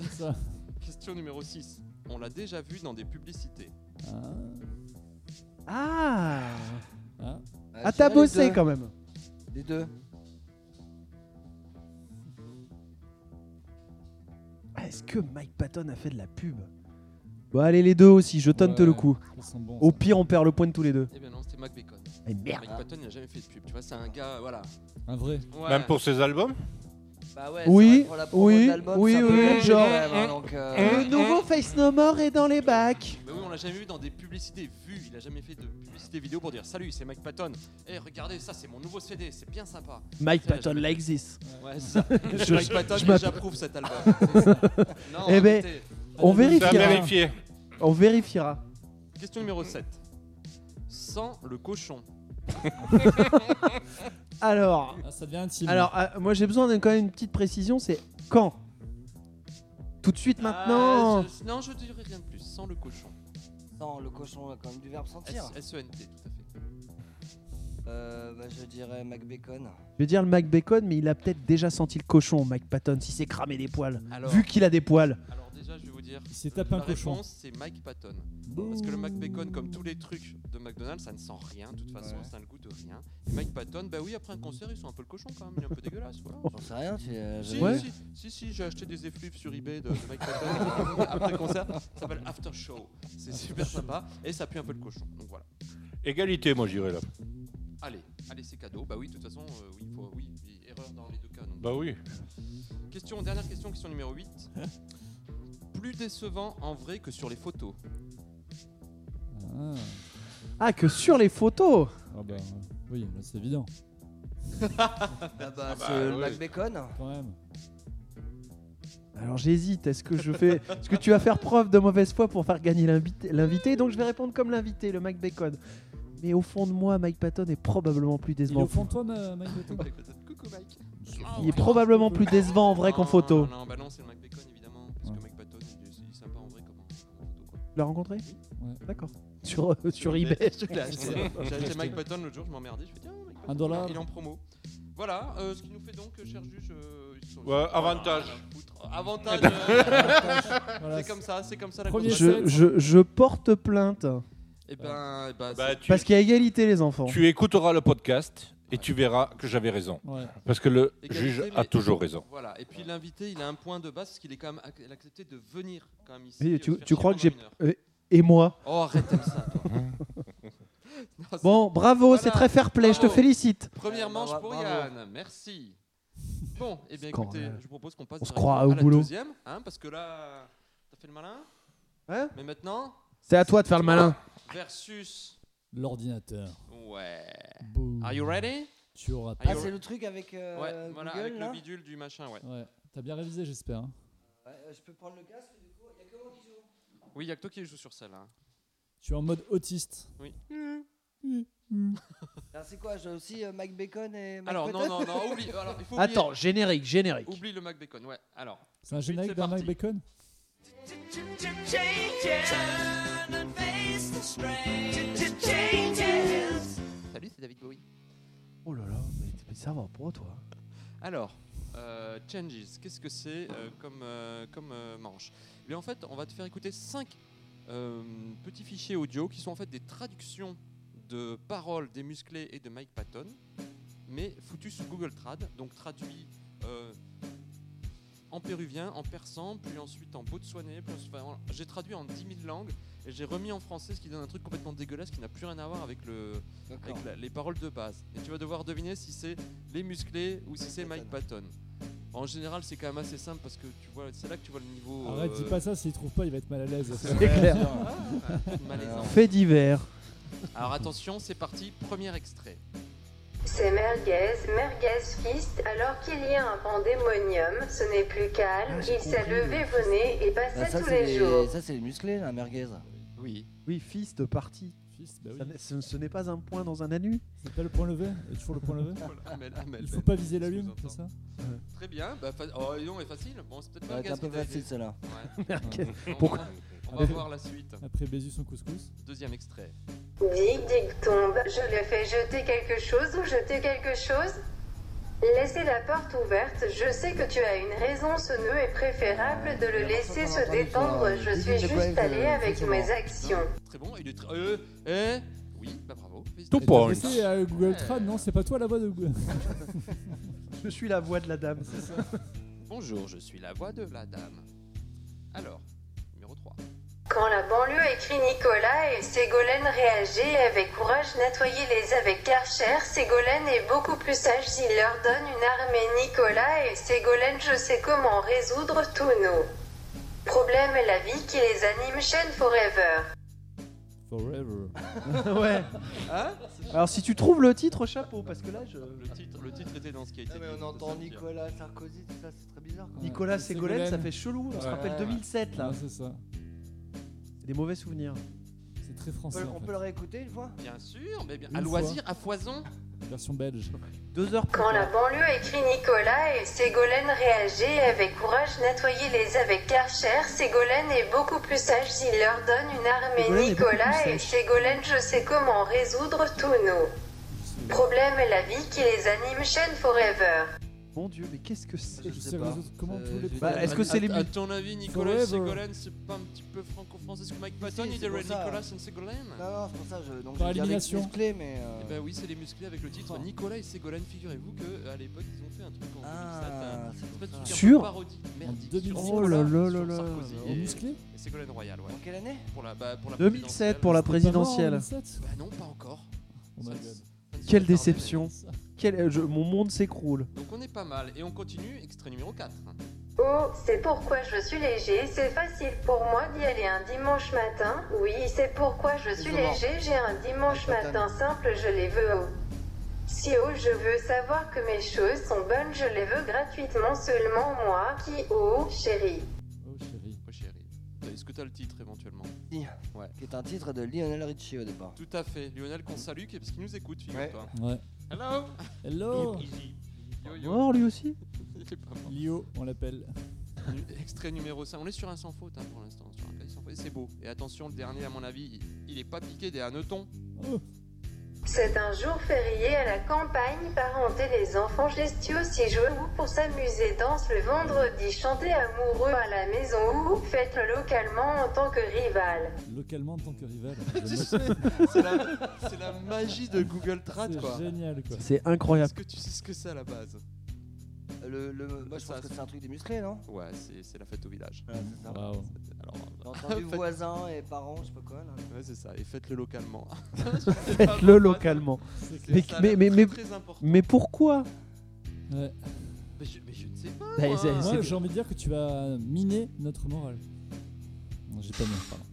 Speaker 3: C'est ça.
Speaker 1: Question numéro 6. On l'a déjà vu dans des publicités.
Speaker 3: Ah,
Speaker 2: Ah
Speaker 3: ah.
Speaker 5: Ah,
Speaker 2: Ah,
Speaker 5: je
Speaker 2: t'as
Speaker 5: dirais les
Speaker 2: bossé
Speaker 5: deux.
Speaker 2: quand même.
Speaker 5: Les deux.
Speaker 2: Ah, Est-ce que Mike Patton a fait de la pub Bon, allez, les deux aussi, je tente
Speaker 3: Ouais.
Speaker 2: le coup.
Speaker 3: Ah, Ça sent bon.
Speaker 2: Au
Speaker 3: ça.
Speaker 2: pire, on perd le point de tous les deux.
Speaker 1: Eh bien non, c'était Mac Bacon.
Speaker 2: Mais merde
Speaker 1: Mike Patton il a jamais fait de pub, tu vois, c'est un gars, voilà.
Speaker 3: Un vrai.
Speaker 1: Ouais.
Speaker 4: Même pour ses albums
Speaker 5: Bah ouais,
Speaker 2: Oui,
Speaker 5: c'est vrai que pour la promo
Speaker 2: oui,
Speaker 5: de l'album,
Speaker 2: oui,
Speaker 5: c'est un peu
Speaker 2: oui,
Speaker 5: compliqué
Speaker 2: genre,
Speaker 5: quand même, hein, donc, euh,
Speaker 2: Le nouveau Face No More est dans les bacs
Speaker 1: Mais oui, on l'a jamais vu dans des publicités vues. Il a jamais fait de publicité vidéo pour dire Salut, c'est Mike Patton. Eh, regardez, ça, c'est mon nouveau CD, c'est bien sympa.
Speaker 2: Mike
Speaker 1: Ça, Patton
Speaker 2: Patton
Speaker 1: jamais.
Speaker 2: likes this.
Speaker 1: Ouais, c'est ça.
Speaker 2: Je-
Speaker 1: Mike Patton,
Speaker 2: je
Speaker 1: et
Speaker 2: m'appelle-
Speaker 1: j'approuve cet album. C'est ça. non,
Speaker 2: Eh ben-
Speaker 1: arrêtez.
Speaker 3: Ah,
Speaker 2: On
Speaker 4: C'est à
Speaker 2: vérifiera.
Speaker 4: vérifier.
Speaker 2: On vérifiera.
Speaker 1: Question numéro 7. Sans le cochon.
Speaker 2: Alors,
Speaker 3: Ah, ça devient intime.
Speaker 2: alors euh, moi j'ai besoin d'un- quand même une petite précision, c'est quand Tout de suite maintenant
Speaker 1: Ah, je- Non, je dirais rien de plus. Sans le cochon.
Speaker 5: Non, le cochon a quand même du verbe sentir.
Speaker 1: S- S-E-N-T, tout à fait.
Speaker 5: Euh, bah, je dirais Mac Bacon.
Speaker 2: Je veux dire le Mac Bacon, mais il a peut-être déjà senti le cochon, Mike Patton, si c'est cramé des poils.
Speaker 1: Alors,
Speaker 2: Vu qu'il a des poils.
Speaker 1: alors déjà, je vais vous dire.
Speaker 3: Il s'est tapé
Speaker 1: La
Speaker 3: un cochon.
Speaker 1: réponse, c'est Mike Patton. Parce que le Mac Bacon, comme tous les trucs de McDonald's, ça ne sent rien, de toute façon,
Speaker 5: Ouais.
Speaker 1: ça ne goûte rien. Et Mike Patton, bah oui, après un concert, ils sont un peu le cochon quand même, il est un peu dégueulasse. Voilà.
Speaker 5: J'en sais rien, tu euh,
Speaker 1: Si,
Speaker 5: j'avais-
Speaker 2: Ouais.
Speaker 1: si, si, si, j'ai acheté des effluves sur eBay de, de Mike Patton après le concert. Ça s'appelle After Show. C'est super sympa et ça pue un peu le cochon. Donc voilà.
Speaker 4: Égalité, moi j'irais là.
Speaker 1: Allez, allez, c'est cadeau. Bah oui, de toute façon, euh, oui, faut, oui, oui, erreur dans les deux cas. donc.
Speaker 4: Bah oui.
Speaker 1: Question, dernière question, question numéro 8. Plus décevant en vrai que sur les photos.
Speaker 3: Ah.
Speaker 2: Ah, que sur les photos
Speaker 3: Ah bah oui, là, c'est évident.
Speaker 5: Ah bah, Ah,
Speaker 4: bah,
Speaker 5: c'est le
Speaker 4: ouais.
Speaker 5: Mac Bacon.
Speaker 3: Quand même.
Speaker 2: Alors j'hésite, est-ce que je fais. Est-ce que tu vas faire preuve de mauvaise foi pour faire gagner l'invité- l'invité Donc je vais répondre comme l'invité, le Mike Bacon. Mais au fond de moi, Mike Patton est probablement plus
Speaker 3: Il est
Speaker 2: décevant.
Speaker 3: au fond de toi, Ma- Mike Button
Speaker 1: Mike Patton, Coucou Mike.
Speaker 3: Ah
Speaker 2: Il est probablement plus décevant en vrai qu'en
Speaker 1: Non,
Speaker 2: photo.
Speaker 1: Non, non, bah non, c'est le Mac Bacon évidemment. Parce que Mike Patton, il est, il est sympa en vrai comme en, comme en photo. Quoi.
Speaker 2: Tu l'as rencontré
Speaker 3: Ouais.
Speaker 2: D'accord. Sur, euh, sur eBay.
Speaker 1: je l'ai acheté. J'ai acheté Mike Patton l'autre jour, je m'emmerdais. Je fais tiens, Mike Patton,
Speaker 3: Un dollar.
Speaker 1: il est en promo. Voilà, euh, ce qui nous fait donc, euh, cher juge. euh, ils sont-
Speaker 4: Ouais, avantage.
Speaker 1: Rien à foutre.
Speaker 2: Eh
Speaker 1: Avantage.
Speaker 2: ben,
Speaker 1: euh,
Speaker 3: Voilà,
Speaker 1: c'est comme ça, c'est comme ça la
Speaker 3: Premier
Speaker 1: course.
Speaker 3: jeu.
Speaker 2: Je, je, je porte plainte.
Speaker 1: Et ben, eh ben,
Speaker 4: Bah,
Speaker 1: c'est-
Speaker 4: tu,
Speaker 2: Parce qu'il y a égalité, les enfants.
Speaker 4: tu écouteras le podcast et tu verras que j'avais raison.
Speaker 3: Ouais.
Speaker 4: Parce que le
Speaker 1: Égalité,
Speaker 4: juge
Speaker 1: mais-
Speaker 4: a toujours raison.
Speaker 1: Voilà, et puis l'invité, il a un point de base parce qu'il est quand même ac- il a accepté de venir quand même ici.
Speaker 2: Mais
Speaker 1: euh,
Speaker 2: tu-
Speaker 1: se faire
Speaker 2: tu
Speaker 1: chier
Speaker 2: crois que
Speaker 1: pendant
Speaker 2: j'ai-
Speaker 1: une heure.
Speaker 2: Et moi
Speaker 1: Oh, arrête comme ça, toi. Non, c'est-
Speaker 2: Bon, bravo,
Speaker 1: Voilà.
Speaker 2: c'est très fair play, je te
Speaker 1: Bravo.
Speaker 2: félicite.
Speaker 1: Première
Speaker 5: Ouais,
Speaker 1: manche
Speaker 5: Eh, bravo,
Speaker 1: pour
Speaker 5: bravo.
Speaker 1: Yann, merci. Bon, et bien
Speaker 2: Score,
Speaker 1: écoutez,
Speaker 2: ouais.
Speaker 1: je vous propose qu'on passe
Speaker 2: On se
Speaker 1: directement
Speaker 2: croit au
Speaker 1: à la
Speaker 2: boulot.
Speaker 1: deuxième, hein, parce que là, t'as fait le malin.
Speaker 5: Hein
Speaker 2: Ouais.
Speaker 1: Mais maintenant,
Speaker 2: C'est à toi de faire le malin.
Speaker 1: versus.
Speaker 3: L'ordinateur.
Speaker 1: Ouais.
Speaker 3: Boum.
Speaker 1: Euh, Are you ready?
Speaker 3: Tu auras
Speaker 1: Are
Speaker 5: Ah,
Speaker 1: you-
Speaker 5: c'est le truc avec euh,
Speaker 1: Ouais, voilà,
Speaker 5: Google,
Speaker 1: avec
Speaker 5: là
Speaker 1: le bidule du machin, ouais.
Speaker 3: Ouais. T'as bien révisé, j'espère. hein.
Speaker 5: Ouais, euh, Je peux prendre le casque, du coup Y'a que moi qui joue.
Speaker 1: Oui, y'a que toi qui joue sur celle-là.
Speaker 3: Tu es en mode autiste.
Speaker 5: Alors, c'est quoi J'ai aussi euh, Mac Bacon et Mac
Speaker 1: Alors, non,
Speaker 5: Patton
Speaker 1: non, non, oublie. Alors, il faut oublier-
Speaker 2: Attends, générique, générique.
Speaker 1: Oublie le Mac Bacon, ouais. Alors,
Speaker 3: C'est un
Speaker 1: suite,
Speaker 3: générique
Speaker 1: c'est
Speaker 3: d'un
Speaker 1: parti.
Speaker 3: Mike Bacon
Speaker 1: salut, c'est David Bowie.
Speaker 2: Oh là là, mais, mais ça va pas, toi
Speaker 1: Alors, euh, Changes, qu'est-ce que c'est euh, comme, euh, comme euh, manche Eh bien, En fait, on va te faire écouter 5 petits fichiers audio qui sont en fait des traductions de paroles des musclés et de Mike Patton, mais foutus sous Google Trad, donc traduit euh, en péruvien, en persan, puis ensuite en botswanais. puis ensuite- enfin, en- j'ai traduit en 10 000 langues et j'ai remis en français, ce qui donne un truc complètement dégueulasse qui n'a plus rien à voir avec le,
Speaker 5: D'accord.
Speaker 1: avec la- les paroles de base. Et tu vas devoir deviner si c'est les musclés ou si c'est Mike Patton. En général, c'est quand même assez simple parce que tu vois, c'est là que tu vois le niveau.
Speaker 3: Arrête,
Speaker 1: euh,
Speaker 3: dis pas ça, s'il trouve pas, il va être mal à l'aise.
Speaker 2: C'est clair.
Speaker 5: Ah,
Speaker 1: malaisant.
Speaker 2: Fait divers.
Speaker 1: Alors attention, c'est parti, premier extrait.
Speaker 7: C'est merguez, merguez fist, alors qu'il y a un pandémonium, ce n'est plus calme,
Speaker 5: Ah, j'ai
Speaker 7: il s'est
Speaker 5: compris.
Speaker 7: levé, venait et passait
Speaker 5: Ah, ça,
Speaker 7: tous
Speaker 5: c'est
Speaker 7: les,
Speaker 5: les,
Speaker 7: jours.
Speaker 5: ça, c'est les musclés, la merguez.
Speaker 1: Oui.
Speaker 2: Oui, fils de parti.
Speaker 3: Fils, bah
Speaker 2: Ça
Speaker 3: oui.
Speaker 2: n'est- Ce, ce n'est pas un point dans un anus.
Speaker 3: C'est pas le point levé Et toujours le point levé
Speaker 1: Voilà, Amel, Amel,
Speaker 3: Il faut
Speaker 1: Ben,
Speaker 3: pas viser la
Speaker 1: qu'est-ce que
Speaker 3: lune,
Speaker 1: vous
Speaker 3: bah c'est
Speaker 1: entendez
Speaker 3: ça
Speaker 1: Très bien. Bah, fa- Oh, dis donc, est facile. Bon, c'est peut-être
Speaker 5: Ouais,
Speaker 1: pas
Speaker 5: c'est un peu facile, celle-là.
Speaker 2: Pourquoi
Speaker 1: On va voir la suite.
Speaker 3: Après Bézus son couscous.
Speaker 1: Deuxième extrait.
Speaker 7: Dig, dig, tombe. Je le fais jeter quelque chose ou jeter quelque chose Laissez la porte ouverte, je sais que tu as une raison, ce nœud est préférable de le
Speaker 5: Ouais,
Speaker 7: laisser
Speaker 5: j'ai l'impression Ah, qu'on a entendu
Speaker 7: se détendre,
Speaker 5: sur, euh,
Speaker 7: je
Speaker 5: Dig,
Speaker 7: suis
Speaker 5: dig, wave,
Speaker 7: juste
Speaker 5: euh,
Speaker 7: allé avec
Speaker 5: effectivement.
Speaker 7: mes actions.
Speaker 1: Très bon. Il est très. Euh, eh Oui, bah bravo.
Speaker 4: Tout
Speaker 3: Et
Speaker 1: Félicitations.
Speaker 3: t'as
Speaker 4: point.
Speaker 3: laissé à Google Trad, non, c'est pas toi la voix de Google.
Speaker 2: Je suis la voix de la dame.
Speaker 3: euh,
Speaker 1: Bonjour, je suis la voix de la dame. Alors, numéro 3.
Speaker 7: Quand la banlieue écrit Nicolas et Ségolène réagit avec courage, nettoyez-les avec Karcher. Ségolène est beaucoup plus sage, il leur donne une armée. Nicolas et Ségolène, je sais comment résoudre tous nos problèmes et la vie qui les anime, chaîne forever.
Speaker 3: Forever.
Speaker 2: ouais.
Speaker 1: Hein
Speaker 2: Alors si tu trouves le titre, chapeau, parce que là, je...
Speaker 1: Le titre, le titre était dans ce qui a
Speaker 5: Ah,
Speaker 1: été. dit de sortir.
Speaker 5: Sarkozy, tout ça, c'est très bizarre.
Speaker 2: Nicolas
Speaker 3: C'est
Speaker 2: Ségolène, ça
Speaker 3: Ah, Ségolène.
Speaker 2: fait chelou. On se
Speaker 3: Ouais.
Speaker 2: rappelle 2007 là.
Speaker 3: Ouais, c'est ça.
Speaker 2: Des mauvais souvenirs.
Speaker 3: C'est très français. en fait.
Speaker 5: réécouter une fois
Speaker 1: Bien sûr, mais bien.
Speaker 3: Une
Speaker 1: à
Speaker 3: fois.
Speaker 1: loisir, à foison.
Speaker 3: Version belge.
Speaker 2: Deux heures plus
Speaker 7: Quand la
Speaker 2: tard.
Speaker 7: banlieue écrit Nicolas et Ségolène réagit avec courage, nettoyez-les avec Karcher. Ségolène est beaucoup plus sage, il leur donne une armée.
Speaker 2: Ségolène est beaucoup
Speaker 7: Nicolas
Speaker 2: plus
Speaker 7: et
Speaker 2: sage.
Speaker 7: Ségolène, je sais comment résoudre tous nos problèmes et la vie qui les anime, chaîne forever.
Speaker 2: Mon dieu, mais qu'est-ce que c'est
Speaker 3: Je sais résoudre comment
Speaker 5: Euh,
Speaker 3: tous les
Speaker 5: j'ai-
Speaker 2: Bah, est-ce que c'est
Speaker 1: À-
Speaker 2: les
Speaker 1: À
Speaker 2: mu-
Speaker 1: ton avis, Nicolas et
Speaker 3: Forever.
Speaker 1: Ségolène, c'est pas un petit peu franco-français Est-ce que Mike Patton,
Speaker 5: si,
Speaker 1: il
Speaker 5: c'est pour
Speaker 1: dirait
Speaker 5: ça. Ah.
Speaker 1: Nicolas et Ségolène
Speaker 5: Non, non, c'est pour ça, je, donc
Speaker 3: Par
Speaker 5: je dis avec
Speaker 3: élimination.
Speaker 5: musclé, mais. euh,
Speaker 1: Ah Eh ben oui, c'est les musclés avec le titre
Speaker 5: Oh.
Speaker 1: Nicolas et Ségolène. Figurez-vous qu'à l'époque, ils ont fait un truc en 2007. un-
Speaker 5: Ah,
Speaker 1: C'est pas
Speaker 5: c'est
Speaker 1: de truc
Speaker 5: pour ça.
Speaker 1: un
Speaker 2: Sur
Speaker 1: peu parodie. merdique,
Speaker 3: En
Speaker 1: sur
Speaker 3: 2007.
Speaker 2: Oh là là
Speaker 1: Nicolas,
Speaker 2: là
Speaker 1: sur
Speaker 2: là.
Speaker 1: Sarkozy
Speaker 2: En
Speaker 1: et-
Speaker 3: En musclé
Speaker 1: et Ségolène Royal, ouais.
Speaker 5: En quelle année
Speaker 1: Pour la, bah, pour la
Speaker 2: 2007
Speaker 1: présidentielle.
Speaker 2: pour la
Speaker 3: Pas
Speaker 2: présidentielle.
Speaker 3: mort en 2007.
Speaker 1: Bah non, pas encore.
Speaker 3: Oh
Speaker 1: Ça-
Speaker 3: my
Speaker 1: ça
Speaker 3: God.
Speaker 1: ne se retarde,
Speaker 2: Quelle
Speaker 1: mais-
Speaker 2: déception. Quel- euh, je- Mon monde s'écroule.
Speaker 1: Donc on est pas mal. Et on continue, extrait numéro 4.
Speaker 7: Oh, c'est pourquoi je suis léger, c'est facile pour moi d'y aller un dimanche matin. Oui, c'est pourquoi je suis
Speaker 5: Isolant.
Speaker 7: léger, j'ai un dimanche
Speaker 5: Avec
Speaker 7: matin simple, je les veux haut. Si haut je veux savoir que mes choses sont bonnes, je les veux gratuitement seulement moi qui, oh chérie.
Speaker 3: Oh chérie.
Speaker 1: Oh chérie. Est-ce que t'as le titre éventuellement
Speaker 5: Qui est un titre de Lionel Richie au départ.
Speaker 1: Tout à fait. Lionel qu'on salue qui- parce qu'il nous écoute, figure-toi.
Speaker 3: Ouais.
Speaker 1: Hello
Speaker 3: Hello
Speaker 1: Yo, yo.
Speaker 2: Mort Oh, lui aussi
Speaker 1: Il est pas mort.
Speaker 3: Lio, on l'appelle.
Speaker 1: Nu- Extrait numéro 5. On est sur un sans faute hein, pour l'instant. Sur un cahier sans faute. Et c'est beau. Et attention, le dernier, à mon avis, il, il est pas piqué des hannetons.
Speaker 3: Oh,
Speaker 7: C'est un jour férié à la campagne, parenter les enfants gestiaux si jouent ou pour s'amuser, danse le vendredi, chanter amoureux à la maison ou fête localement en tant que rival.
Speaker 3: localement en tant que rival.
Speaker 1: Tu
Speaker 3: Je
Speaker 1: sais, c'est la, c'est la magie de Google Trad,
Speaker 3: note,
Speaker 1: quoi.
Speaker 3: C'est génial quoi.
Speaker 2: C'est
Speaker 1: Est-ce
Speaker 2: incroyable.
Speaker 1: que tu sais ce que c'est à la base
Speaker 5: Euh, Le, le, moi, je
Speaker 1: Ah, Ça,
Speaker 5: pense que
Speaker 1: ça.
Speaker 5: c'est un truc des musclés, non
Speaker 1: Ouais, c'est, c'est la fête au village.
Speaker 5: Voilà, c'est ça.
Speaker 3: Waouh.
Speaker 1: Alors,
Speaker 5: J'ai entendu
Speaker 1: Faites-
Speaker 5: voisins et parents, je sais pas quoi. Là.
Speaker 1: ouais, c'est ça. Et faites-le localement.
Speaker 2: Faites-le localement.
Speaker 1: C'est
Speaker 2: Mais-
Speaker 1: ça,
Speaker 2: mais-
Speaker 1: la-
Speaker 2: mais-
Speaker 1: très,
Speaker 2: mais-
Speaker 1: très important.
Speaker 2: Mais pourquoi
Speaker 3: Ouais.
Speaker 1: Mais je, mais je ne sais pas.
Speaker 2: Bah,
Speaker 1: moi.
Speaker 2: c'est-
Speaker 3: Moi j'ai envie de dire que tu vas miner notre morale. Non, j'ai pas mis, pardon.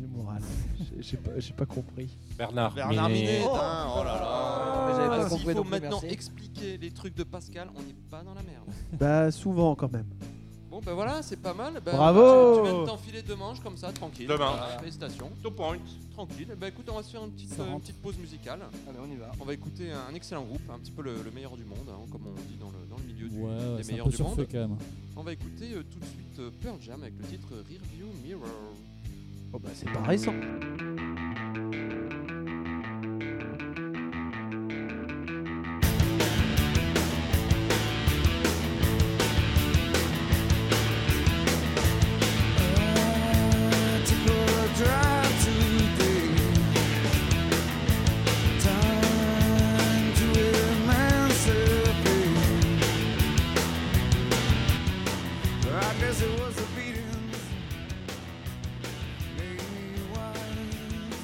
Speaker 2: Le moral. J'ai- J'ai pas, j'ai pas compris.
Speaker 4: Bernard,
Speaker 1: Bernard
Speaker 4: Minet.
Speaker 1: Minet, putain, oh là là.
Speaker 5: Mais j'avais pas
Speaker 1: Ah, s'il
Speaker 5: compris
Speaker 1: faut
Speaker 5: non plus,
Speaker 1: maintenant
Speaker 5: merci.
Speaker 1: expliquer les trucs de Pascal, on n'est pas dans la merde.
Speaker 2: Bah souvent quand même.
Speaker 1: Bon, ben voilà, c'est pas mal. Ben,
Speaker 2: Bravo.
Speaker 1: Tu, tu viens de t'enfiler deux manches comme ça, tranquille.
Speaker 4: Deux manches.
Speaker 1: Voilà, félicitations,
Speaker 4: Two points.
Speaker 1: tranquille. Ben écoute, on va se faire une petite,
Speaker 3: Ça
Speaker 1: euh, une
Speaker 3: rentre.
Speaker 1: petite pause musicale.
Speaker 5: Allez, Ah, on y va.
Speaker 1: On va écouter un excellent groupe, un petit peu le, le meilleur du monde, hein, comme on dit dans le, dans le milieu du,
Speaker 3: Ouais,
Speaker 1: des
Speaker 3: ouais, c'est un
Speaker 1: meilleurs
Speaker 3: peu
Speaker 1: du monde.
Speaker 3: surfait quand même.
Speaker 1: On va écouter euh, tout de suite euh, Pearl Jam avec le titre Rearview Mirror.
Speaker 2: Oh bah c'est pas récent.
Speaker 6: Maybe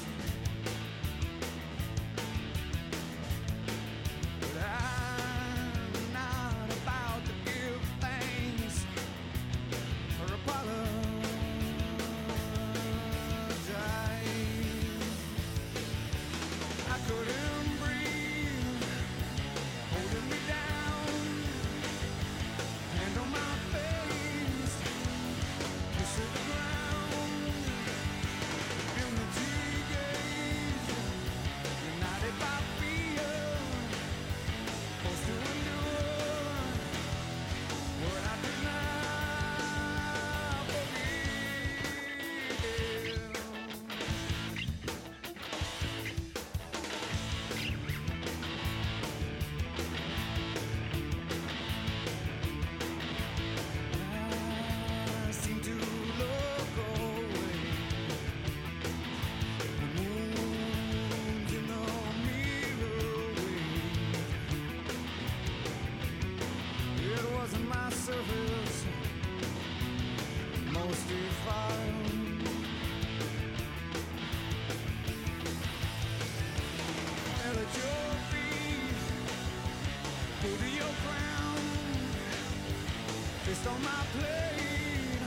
Speaker 6: what is
Speaker 8: Fist on my plate,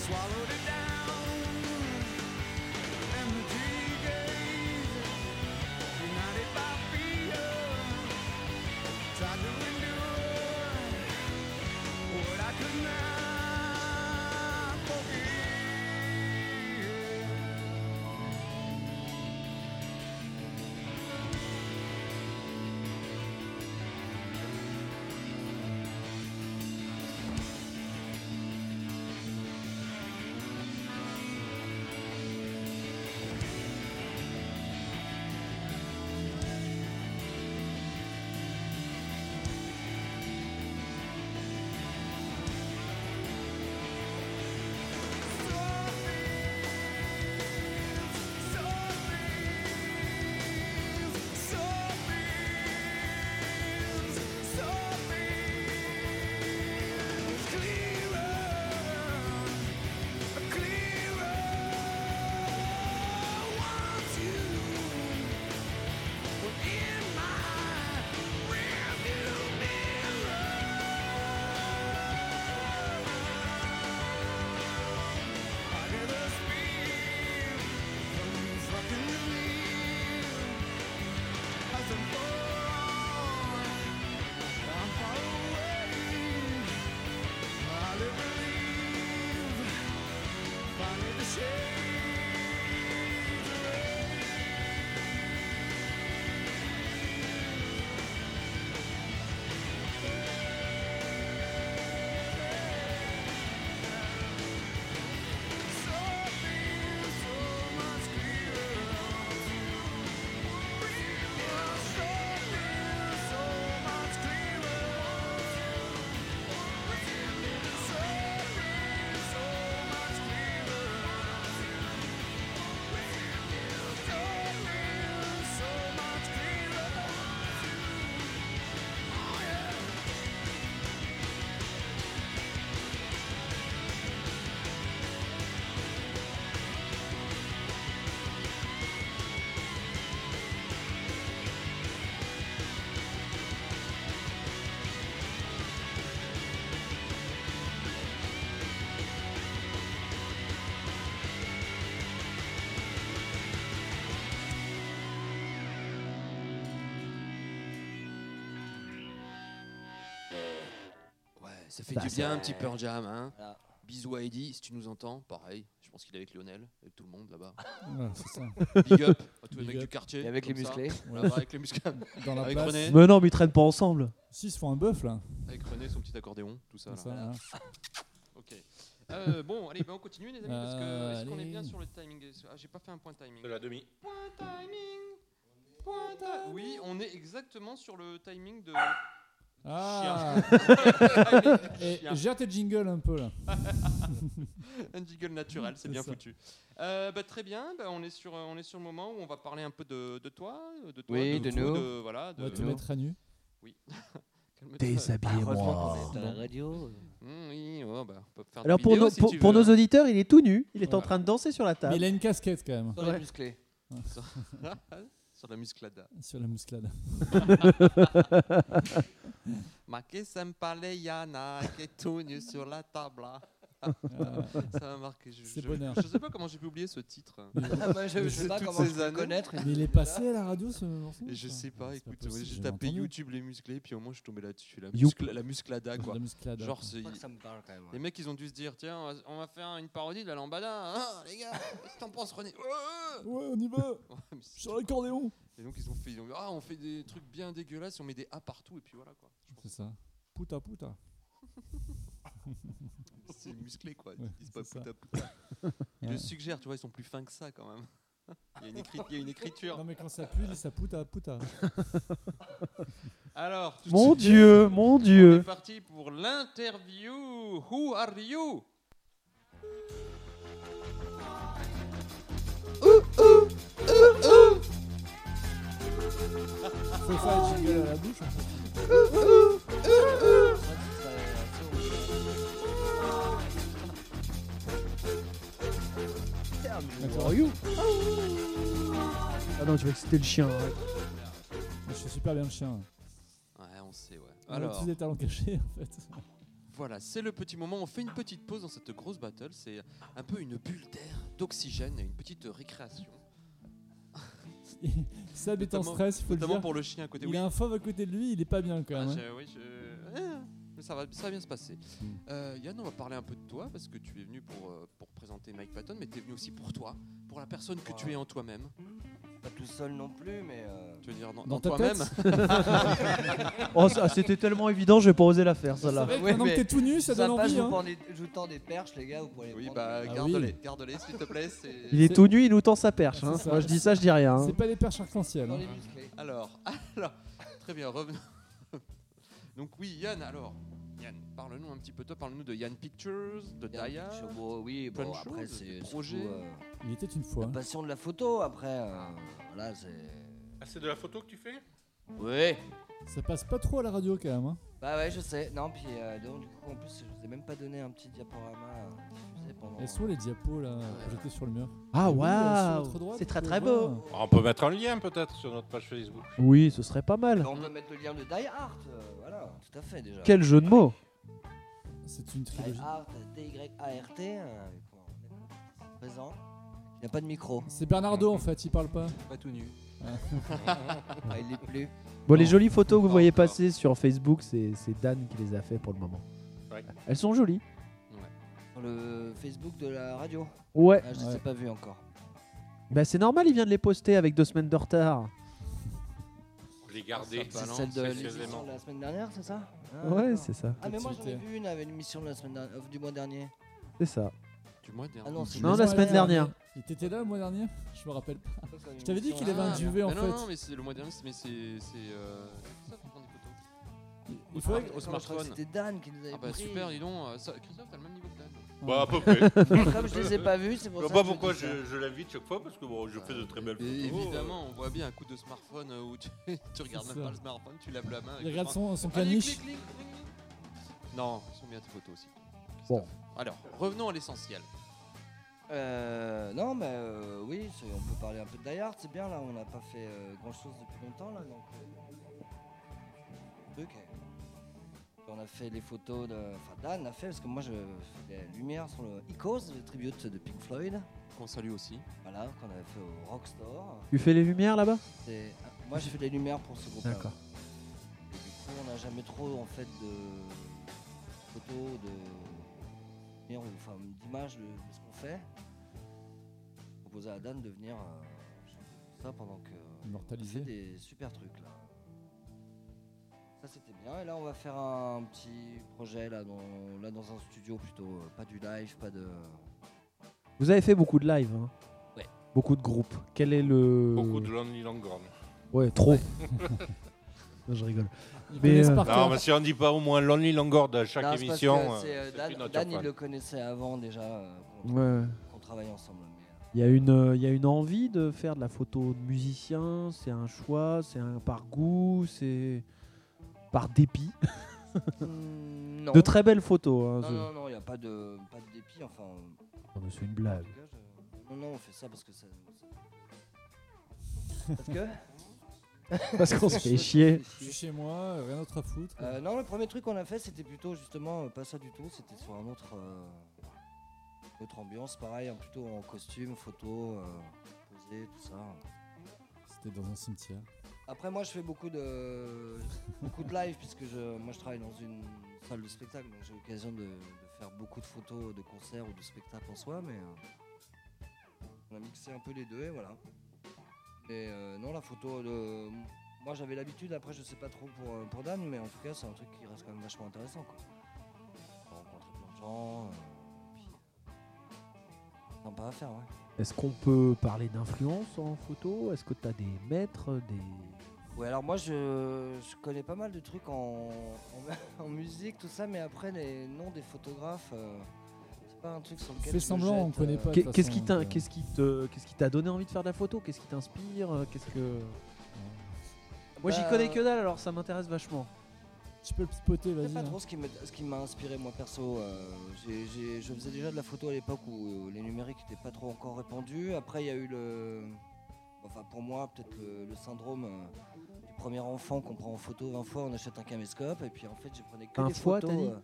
Speaker 8: swallowed it down. Empty gaze, united by fear. Tried to endure what I could not forgive.
Speaker 1: Ouais, ça fait
Speaker 2: Bah,
Speaker 1: du
Speaker 2: ça-
Speaker 1: bien un petit Pearl Jam. Hein.
Speaker 3: Ah.
Speaker 5: Voilà.
Speaker 1: Bisous à Eddie, si tu nous entends, pareil. Je pense qu'il est avec Lionel, avec tout le monde là-bas.
Speaker 3: Ouais, c'est ça.
Speaker 1: Big up à tous les
Speaker 3: Big
Speaker 1: mecs
Speaker 3: up.
Speaker 1: du quartier.
Speaker 5: Et avec les
Speaker 1: comme ça.
Speaker 5: musclés.
Speaker 3: Ouais.
Speaker 1: Là-bas, avec les musclés.
Speaker 3: Dans la
Speaker 1: Avec
Speaker 3: place.
Speaker 1: René.
Speaker 2: Mais non, mais ils traînent pas ensemble.
Speaker 3: Si, ils se font un bœuf là.
Speaker 1: Avec René, son petit accordéon, tout ça.
Speaker 3: comme
Speaker 1: Là.
Speaker 3: ça, hein.
Speaker 1: Ok. Euh, bon, allez, bah, on continue, les amis, parce que
Speaker 3: Euh,
Speaker 1: est-ce qu'on est
Speaker 3: allez.
Speaker 1: bien sur le timing Ah, J'ai pas fait un point timing.
Speaker 4: De la demi.
Speaker 1: Point timing Point timing Oui, on est exactement sur le timing de.
Speaker 3: Ah
Speaker 1: Timing du
Speaker 3: Et
Speaker 1: chien.
Speaker 3: Gère tes jingles un peu là.
Speaker 1: Un jiggle naturel, c'est
Speaker 3: C'est
Speaker 1: bien
Speaker 3: ça.
Speaker 1: foutu. Euh, bah, très bien, bah, on, est sur, on est sur le moment où on va parler un peu de, de toi, de toi,
Speaker 5: Oui, de
Speaker 1: tout,
Speaker 5: nous.
Speaker 1: de- voilà, de.
Speaker 3: On va te mettre à nu.
Speaker 1: Calme-toi.
Speaker 2: Déshabillez-moi.
Speaker 5: Heureusement qu'on est à la radio. euh,
Speaker 1: Mmh, oui, ouais, bah, on peut faire des
Speaker 2: Alors pour,
Speaker 1: vidéos,
Speaker 2: nos,
Speaker 1: si
Speaker 2: pour,
Speaker 1: tu
Speaker 2: pour
Speaker 1: veux.
Speaker 2: nos auditeurs, il est tout nu. Il est en
Speaker 3: Voilà.
Speaker 2: train de danser sur la
Speaker 3: Mais
Speaker 2: table.
Speaker 3: il a une casquette quand même
Speaker 5: Sur les musclés.
Speaker 1: sur la musclada.
Speaker 3: sur la musclade.
Speaker 1: Ma que ça me parlait, Yana, qui est tout nu sur la table. là.
Speaker 3: Ah,
Speaker 1: Ça m'a marqué. Je,
Speaker 3: C'est
Speaker 1: je-
Speaker 3: bonheur.
Speaker 1: Je sais pas comment j'ai pu oublier ce titre.
Speaker 5: Ah, bah, je, je
Speaker 1: C'est
Speaker 5: sais pas
Speaker 1: toutes
Speaker 5: comment
Speaker 1: ces
Speaker 5: je peux le
Speaker 1: années.
Speaker 5: connaître.
Speaker 3: Mais il est passé à la radio ce morceau
Speaker 1: Et je sais pas,
Speaker 3: C'est
Speaker 1: écoute,
Speaker 3: possible,
Speaker 1: j'ai
Speaker 3: j'avais
Speaker 1: tapé
Speaker 3: entendu.
Speaker 1: YouTube les musclés, puis au moins je suis tombé là-dessus. La,
Speaker 2: Youp.
Speaker 1: muscla- la musclada, quoi.
Speaker 3: La musclade.
Speaker 1: Genre,
Speaker 3: quoi.
Speaker 1: c'est-
Speaker 5: Je crois que ça me parle quand même.
Speaker 1: les
Speaker 5: ouais.
Speaker 1: mecs, ils ont dû se dire tiens, on va, on va faire une parodie de la lambada. Hein, les gars, qu'est-ce que t'en penses, René Ouais,
Speaker 3: Ouais, on y va
Speaker 1: ouais. Ouais, mais c'est-
Speaker 3: Sur l'accordéon
Speaker 1: Et donc, ils ont fait ils ont dit, ah, on fait des trucs bien dégueulasses, on met des A partout, et puis voilà, quoi.
Speaker 3: C'est ça. Puta puta.
Speaker 1: C'est musclé, quoi.
Speaker 3: Ouais,
Speaker 1: Ils disent pas
Speaker 3: c'est ça.
Speaker 1: puta puta. Je
Speaker 3: Ouais.
Speaker 1: suggère, tu vois, ils sont plus fins que ça, quand même. Il y a une, écrit- il y a une écriture.
Speaker 3: Non mais quand ça pue, il dit ça puta puta.
Speaker 1: Alors, tout de
Speaker 2: Mon
Speaker 1: suite,
Speaker 2: Dieu, mon
Speaker 1: On est
Speaker 2: Dieu.
Speaker 1: parti pour l'interview. Who are you
Speaker 3: Faut faire un jingle à la bouche. en fait.
Speaker 5: Je crois que ce serait-
Speaker 2: Ah non, tu vas exciter le chien. ouais.
Speaker 3: super bien le chien.
Speaker 1: Ouais, on sait, ouais.
Speaker 3: On a
Speaker 1: Alors,
Speaker 3: tous des talents cachés en fait.
Speaker 1: voilà, c'est le petit moment. On fait une petite pause dans cette grosse battle. C'est un peu une bulle d'air, d'oxygène et une petite récréation.
Speaker 3: Sab est en
Speaker 1: Notamment-
Speaker 3: stress, il faut le
Speaker 1: Notamment
Speaker 3: dire.
Speaker 1: pour le chien à côté.
Speaker 3: Il
Speaker 1: Oui,
Speaker 3: a un fauve à côté de lui, il est pas bien quand
Speaker 1: Ah,
Speaker 3: même. hein.
Speaker 1: j'ai- oui, je- Ah, mais ça va, ça va bien se passer.
Speaker 3: Mm.
Speaker 1: Euh, Yann, on va parler un peu de toi parce que tu es venu pour, euh, pour présenter Mike Patton, mais tu es venu aussi pour toi, pour la personne que tu es en toi-même.
Speaker 5: Pas tout seul non plus, mais. euh,
Speaker 1: Tu veux dire dans,
Speaker 3: Dans
Speaker 1: dans
Speaker 3: ta
Speaker 1: toi-même
Speaker 3: tête
Speaker 2: Oh, ça- c'était tellement évident, j'ai pas osé la faire,
Speaker 3: C'est
Speaker 2: celle-là.
Speaker 3: vrai que
Speaker 5: Ouais,
Speaker 3: maintenant que
Speaker 5: mais
Speaker 3: t'es tout nu, ça donne
Speaker 5: sympa,
Speaker 3: envie.
Speaker 5: je, vous
Speaker 3: hein.
Speaker 5: prends des- je vous tends des perches, les gars, vous pouvez les
Speaker 1: Oui,
Speaker 5: prendre.
Speaker 1: bah
Speaker 3: Ah
Speaker 1: garde-les,
Speaker 3: oui.
Speaker 1: garde-les s'il te plaît. c'est-
Speaker 2: Il est
Speaker 3: C'est-
Speaker 2: tout nu, il nous tend sa perche.
Speaker 3: C'est
Speaker 2: hein.
Speaker 3: ça.
Speaker 2: Moi, je dis ça, je dis rien. hein.
Speaker 3: C'est pas des perches arc-en-ciel.
Speaker 5: Dans
Speaker 3: hein.
Speaker 5: les musclés.
Speaker 1: Alors, alors, très bien, revenons. Donc oui, Yann, alors, Yann, parle-nous un petit peu, toi, parle-nous de Yann Pictures, de
Speaker 5: Il y a un
Speaker 1: Daya.
Speaker 5: petit chapeau, oui,
Speaker 1: plein
Speaker 5: bon,
Speaker 1: de
Speaker 5: après,
Speaker 1: choses, des
Speaker 5: c'est surtout,
Speaker 1: projets.
Speaker 5: euh,
Speaker 3: Il était une fois.
Speaker 5: la
Speaker 3: hein.
Speaker 5: passion de la photo, après. euh, voilà, c'est.
Speaker 4: Ah, c'est de la photo que tu fais
Speaker 5: Oui.
Speaker 3: Ça passe pas trop à la radio quand même. hein.
Speaker 5: Bah ouais, je sais. Non, puis euh, donc, du coup, en plus, je vous ai même pas donné un petit diaporama euh, à diffuser pendant. euh,
Speaker 3: Elles sont où les diapos là projetées sur le mur.
Speaker 2: Ah,
Speaker 3: Oui, euh, sur
Speaker 2: waouh
Speaker 3: votre droite,
Speaker 2: C'est très
Speaker 3: vous
Speaker 2: très
Speaker 3: pouvez
Speaker 2: beau.
Speaker 3: voir.
Speaker 4: Ah, On peut mettre un lien peut-être sur notre page Facebook.
Speaker 2: Oui, ce serait pas mal.
Speaker 5: Bah, on peut mettre le lien de Die Hard, euh, voilà, tout à fait déjà.
Speaker 2: Quel jeu de mots
Speaker 3: C'est une
Speaker 5: Die
Speaker 3: trilogie.
Speaker 5: Hard, D-Y-A-R-T, euh, comment on est présent. Il n'y a pas de micro,
Speaker 3: C'est Bernardo en fait, il parle pas.
Speaker 5: pas tout nu.
Speaker 3: Ah.
Speaker 5: Ah, il l'est plus.
Speaker 2: Bon, les
Speaker 1: Non,
Speaker 2: jolies photos que vous
Speaker 1: pas
Speaker 2: voyez
Speaker 1: encore.
Speaker 2: passer sur Facebook, c'est c'est Dan qui les a fait pour le moment.
Speaker 4: Ouais.
Speaker 2: Elles sont jolies.
Speaker 5: Sur le Facebook de la radio.
Speaker 2: Ouais.
Speaker 5: Ah, je
Speaker 3: Ouais.
Speaker 5: ne pas vu encore.
Speaker 2: Bah, c'est normal, il vient de les poster avec deux semaines de retard.
Speaker 4: Les
Speaker 3: Ah,
Speaker 4: garder.
Speaker 1: Ça
Speaker 5: C'est
Speaker 1: balance,
Speaker 5: celle de
Speaker 1: c'est
Speaker 5: l'émission
Speaker 4: aisément.
Speaker 5: de la semaine dernière, c'est ça Ah,
Speaker 2: ouais,
Speaker 5: d'accord.
Speaker 2: c'est ça.
Speaker 5: Ah, mais moi j'en ai
Speaker 3: Activité.
Speaker 5: vu une avec l'émission de la semaine dernière, euh, du mois dernier.
Speaker 2: C'est ça.
Speaker 1: Du mois dernier.
Speaker 5: Ah non, c'est
Speaker 2: Non, la semaine dernière.
Speaker 3: Il t'était là le mois dernier Je me rappelle pas.
Speaker 5: Je
Speaker 3: t'avais dit qu'il avait un
Speaker 1: Ah,
Speaker 3: duvet, en
Speaker 1: mais non,
Speaker 3: fait.
Speaker 1: Non, mais c'est le mois dernier, c'est- mais c'est. c'est, euh, c'est ça qu'on prend des photos.
Speaker 3: Il
Speaker 5: Ah,
Speaker 3: faudrait que-
Speaker 1: au smartphone.
Speaker 5: C'était Dan qui nous avait
Speaker 1: Ah bah
Speaker 5: pris.
Speaker 1: super, dis donc, euh, ça- Christophe, t'as le même niveau que Dan.
Speaker 4: Bah, à peu près. Je
Speaker 5: Comme je les ai pas vus, c'est pour
Speaker 4: vois
Speaker 5: ça.
Speaker 4: pas
Speaker 5: que je
Speaker 4: pourquoi
Speaker 5: dis ça.
Speaker 4: je, je l'invite chaque fois parce que bon, je fais de très belles
Speaker 1: Et
Speaker 4: photos.
Speaker 1: évidemment, on voit bien un coup de smartphone euh, où tu, tu regardes
Speaker 3: C'est
Speaker 1: même pas
Speaker 3: ça.
Speaker 1: le smartphone, tu laves la main. avec
Speaker 3: il
Speaker 1: le
Speaker 3: regarde son, son
Speaker 1: Allez,
Speaker 3: caniche.
Speaker 1: clic, clic, clic, clic. Non, ils sont bien tes photos aussi.
Speaker 2: Bon.
Speaker 1: Alors, revenons à l'essentiel.
Speaker 5: Euh, non, mais euh, oui, c'est- on peut parler un peu de Die Hard, c'est bien là, on n'a pas fait grand chose depuis longtemps là, donc. euh, truc, euh, On a fait les photos de. Enfin, Dan a fait, parce que moi je fais la lumière sur le Icos, le tribute de Pink Floyd,
Speaker 1: Qu'on salue aussi.
Speaker 5: voilà, qu'on avait fait au Rockstore.
Speaker 2: Tu fais les lumières là-bas
Speaker 5: C'est- ah, Moi j'ai fait des lumières pour ce groupe.
Speaker 2: D'accord.
Speaker 5: Du coup on n'a jamais trop en fait de photos, de lumières ou, enfin d'images de, de ce qu'on fait. J'ai proposé à Dan de venir euh, chanter ça pendant que on
Speaker 3: Immortalisé.
Speaker 5: fait des super trucs là. Ça c'était bien et là on va faire un petit projet là dans, là, dans un studio plutôt, euh, pas du live, pas de.
Speaker 2: Vous avez fait beaucoup de live. Hein.
Speaker 5: Ouais.
Speaker 2: Beaucoup de groupes. Quel est le.
Speaker 4: Beaucoup de Lonely Longhorn.
Speaker 2: Ouais, trop. Non, je rigole.
Speaker 3: Il
Speaker 2: Mais,
Speaker 3: connaît
Speaker 2: euh,
Speaker 3: par
Speaker 4: Non,
Speaker 3: cœur.
Speaker 4: mais si on dit pas au moins Lonely Longhorn à chaque
Speaker 5: Ah, Non, c'est parce que
Speaker 4: émission,
Speaker 5: c'est, euh,
Speaker 4: euh, c'est plus
Speaker 5: Dan,
Speaker 4: notre
Speaker 5: Dan, il
Speaker 4: fan.
Speaker 5: le connaissait avant déjà euh, qu'on
Speaker 2: Ouais.
Speaker 5: qu'on travaille ensemble. mais, euh,
Speaker 2: Il y, a une, euh, il y a une envie de faire de la photo de musicien, c'est un choix, c'est un par goût, c'est par dépit.
Speaker 5: Hmm, non.
Speaker 2: De très belles photos. hein,
Speaker 5: Non,
Speaker 2: c'est-
Speaker 5: non, non, il n'y a pas de, pas de dépit. Enfin, en
Speaker 2: Non, mais c'est une blague.
Speaker 5: tout cas, je- non, non, on fait ça parce que ça. Parce que
Speaker 2: Parce qu'on se fait chier.
Speaker 3: Je suis chez moi, euh, rien d'autre à foutre. quoi.
Speaker 5: Euh, Non, le premier truc qu'on a fait, c'était plutôt justement euh, pas ça du tout. C'était sur un autre, euh, autre ambiance, pareil, hein, plutôt en costume, photo, euh, posé, tout ça. hein.
Speaker 3: C'était dans un cimetière.
Speaker 5: Après, moi, je fais beaucoup de, beaucoup de live puisque je, moi, je travaille dans une salle de spectacle, donc j'ai l'occasion de, de faire beaucoup de photos de concerts ou de spectacles en soi, mais euh, on a mixé un peu les deux et voilà. Et euh, non, la photo, de, moi, j'avais l'habitude. Après, je sais pas trop pour euh, pour Dan, mais en tout cas, c'est un truc qui reste quand même vachement intéressant, quoi. On rencontre plein de gens, euh, puis sympa à faire, ouais.
Speaker 2: Est-ce qu'on peut parler d'influence en photo Est-ce que tu as des maîtres des...
Speaker 5: Ouais, alors moi je, je connais pas mal de trucs en, en, en musique, tout ça, mais après les noms des photographes, euh, c'est pas un truc sur lequel.
Speaker 3: Fais
Speaker 5: je me
Speaker 3: semblant,
Speaker 5: jette,
Speaker 3: on connaît pas.
Speaker 2: Qu'est-
Speaker 3: de toute
Speaker 2: Qu'est-ce qui
Speaker 3: façon,
Speaker 2: t'a
Speaker 3: donc, euh,
Speaker 2: qu'est-ce qui te- qu'est-ce qui t'a donné envie de faire de la photo Qu'est-ce qui t'inspire Qu'est-ce que... Moi j'y
Speaker 5: Bah,
Speaker 2: connais que dalle alors ça m'intéresse vachement.
Speaker 3: Tu peux le spotter,
Speaker 5: Je sais
Speaker 3: vas-y.
Speaker 5: pas
Speaker 3: hein.
Speaker 5: trop ce qui me- ce qui m'a inspiré moi perso. euh, j'ai- j'ai- je faisais déjà de la photo à l'époque où euh, les numériques n'étaient pas trop encore répandus. Après il y a eu le, enfin pour moi peut-être le, le syndrome euh, du premier enfant qu'on prend en photo 20 fois, on achète un caméscope. Et puis en fait, je prenais que
Speaker 2: 20
Speaker 5: des
Speaker 2: fois,
Speaker 5: photos.
Speaker 2: t'as dit
Speaker 5: euh,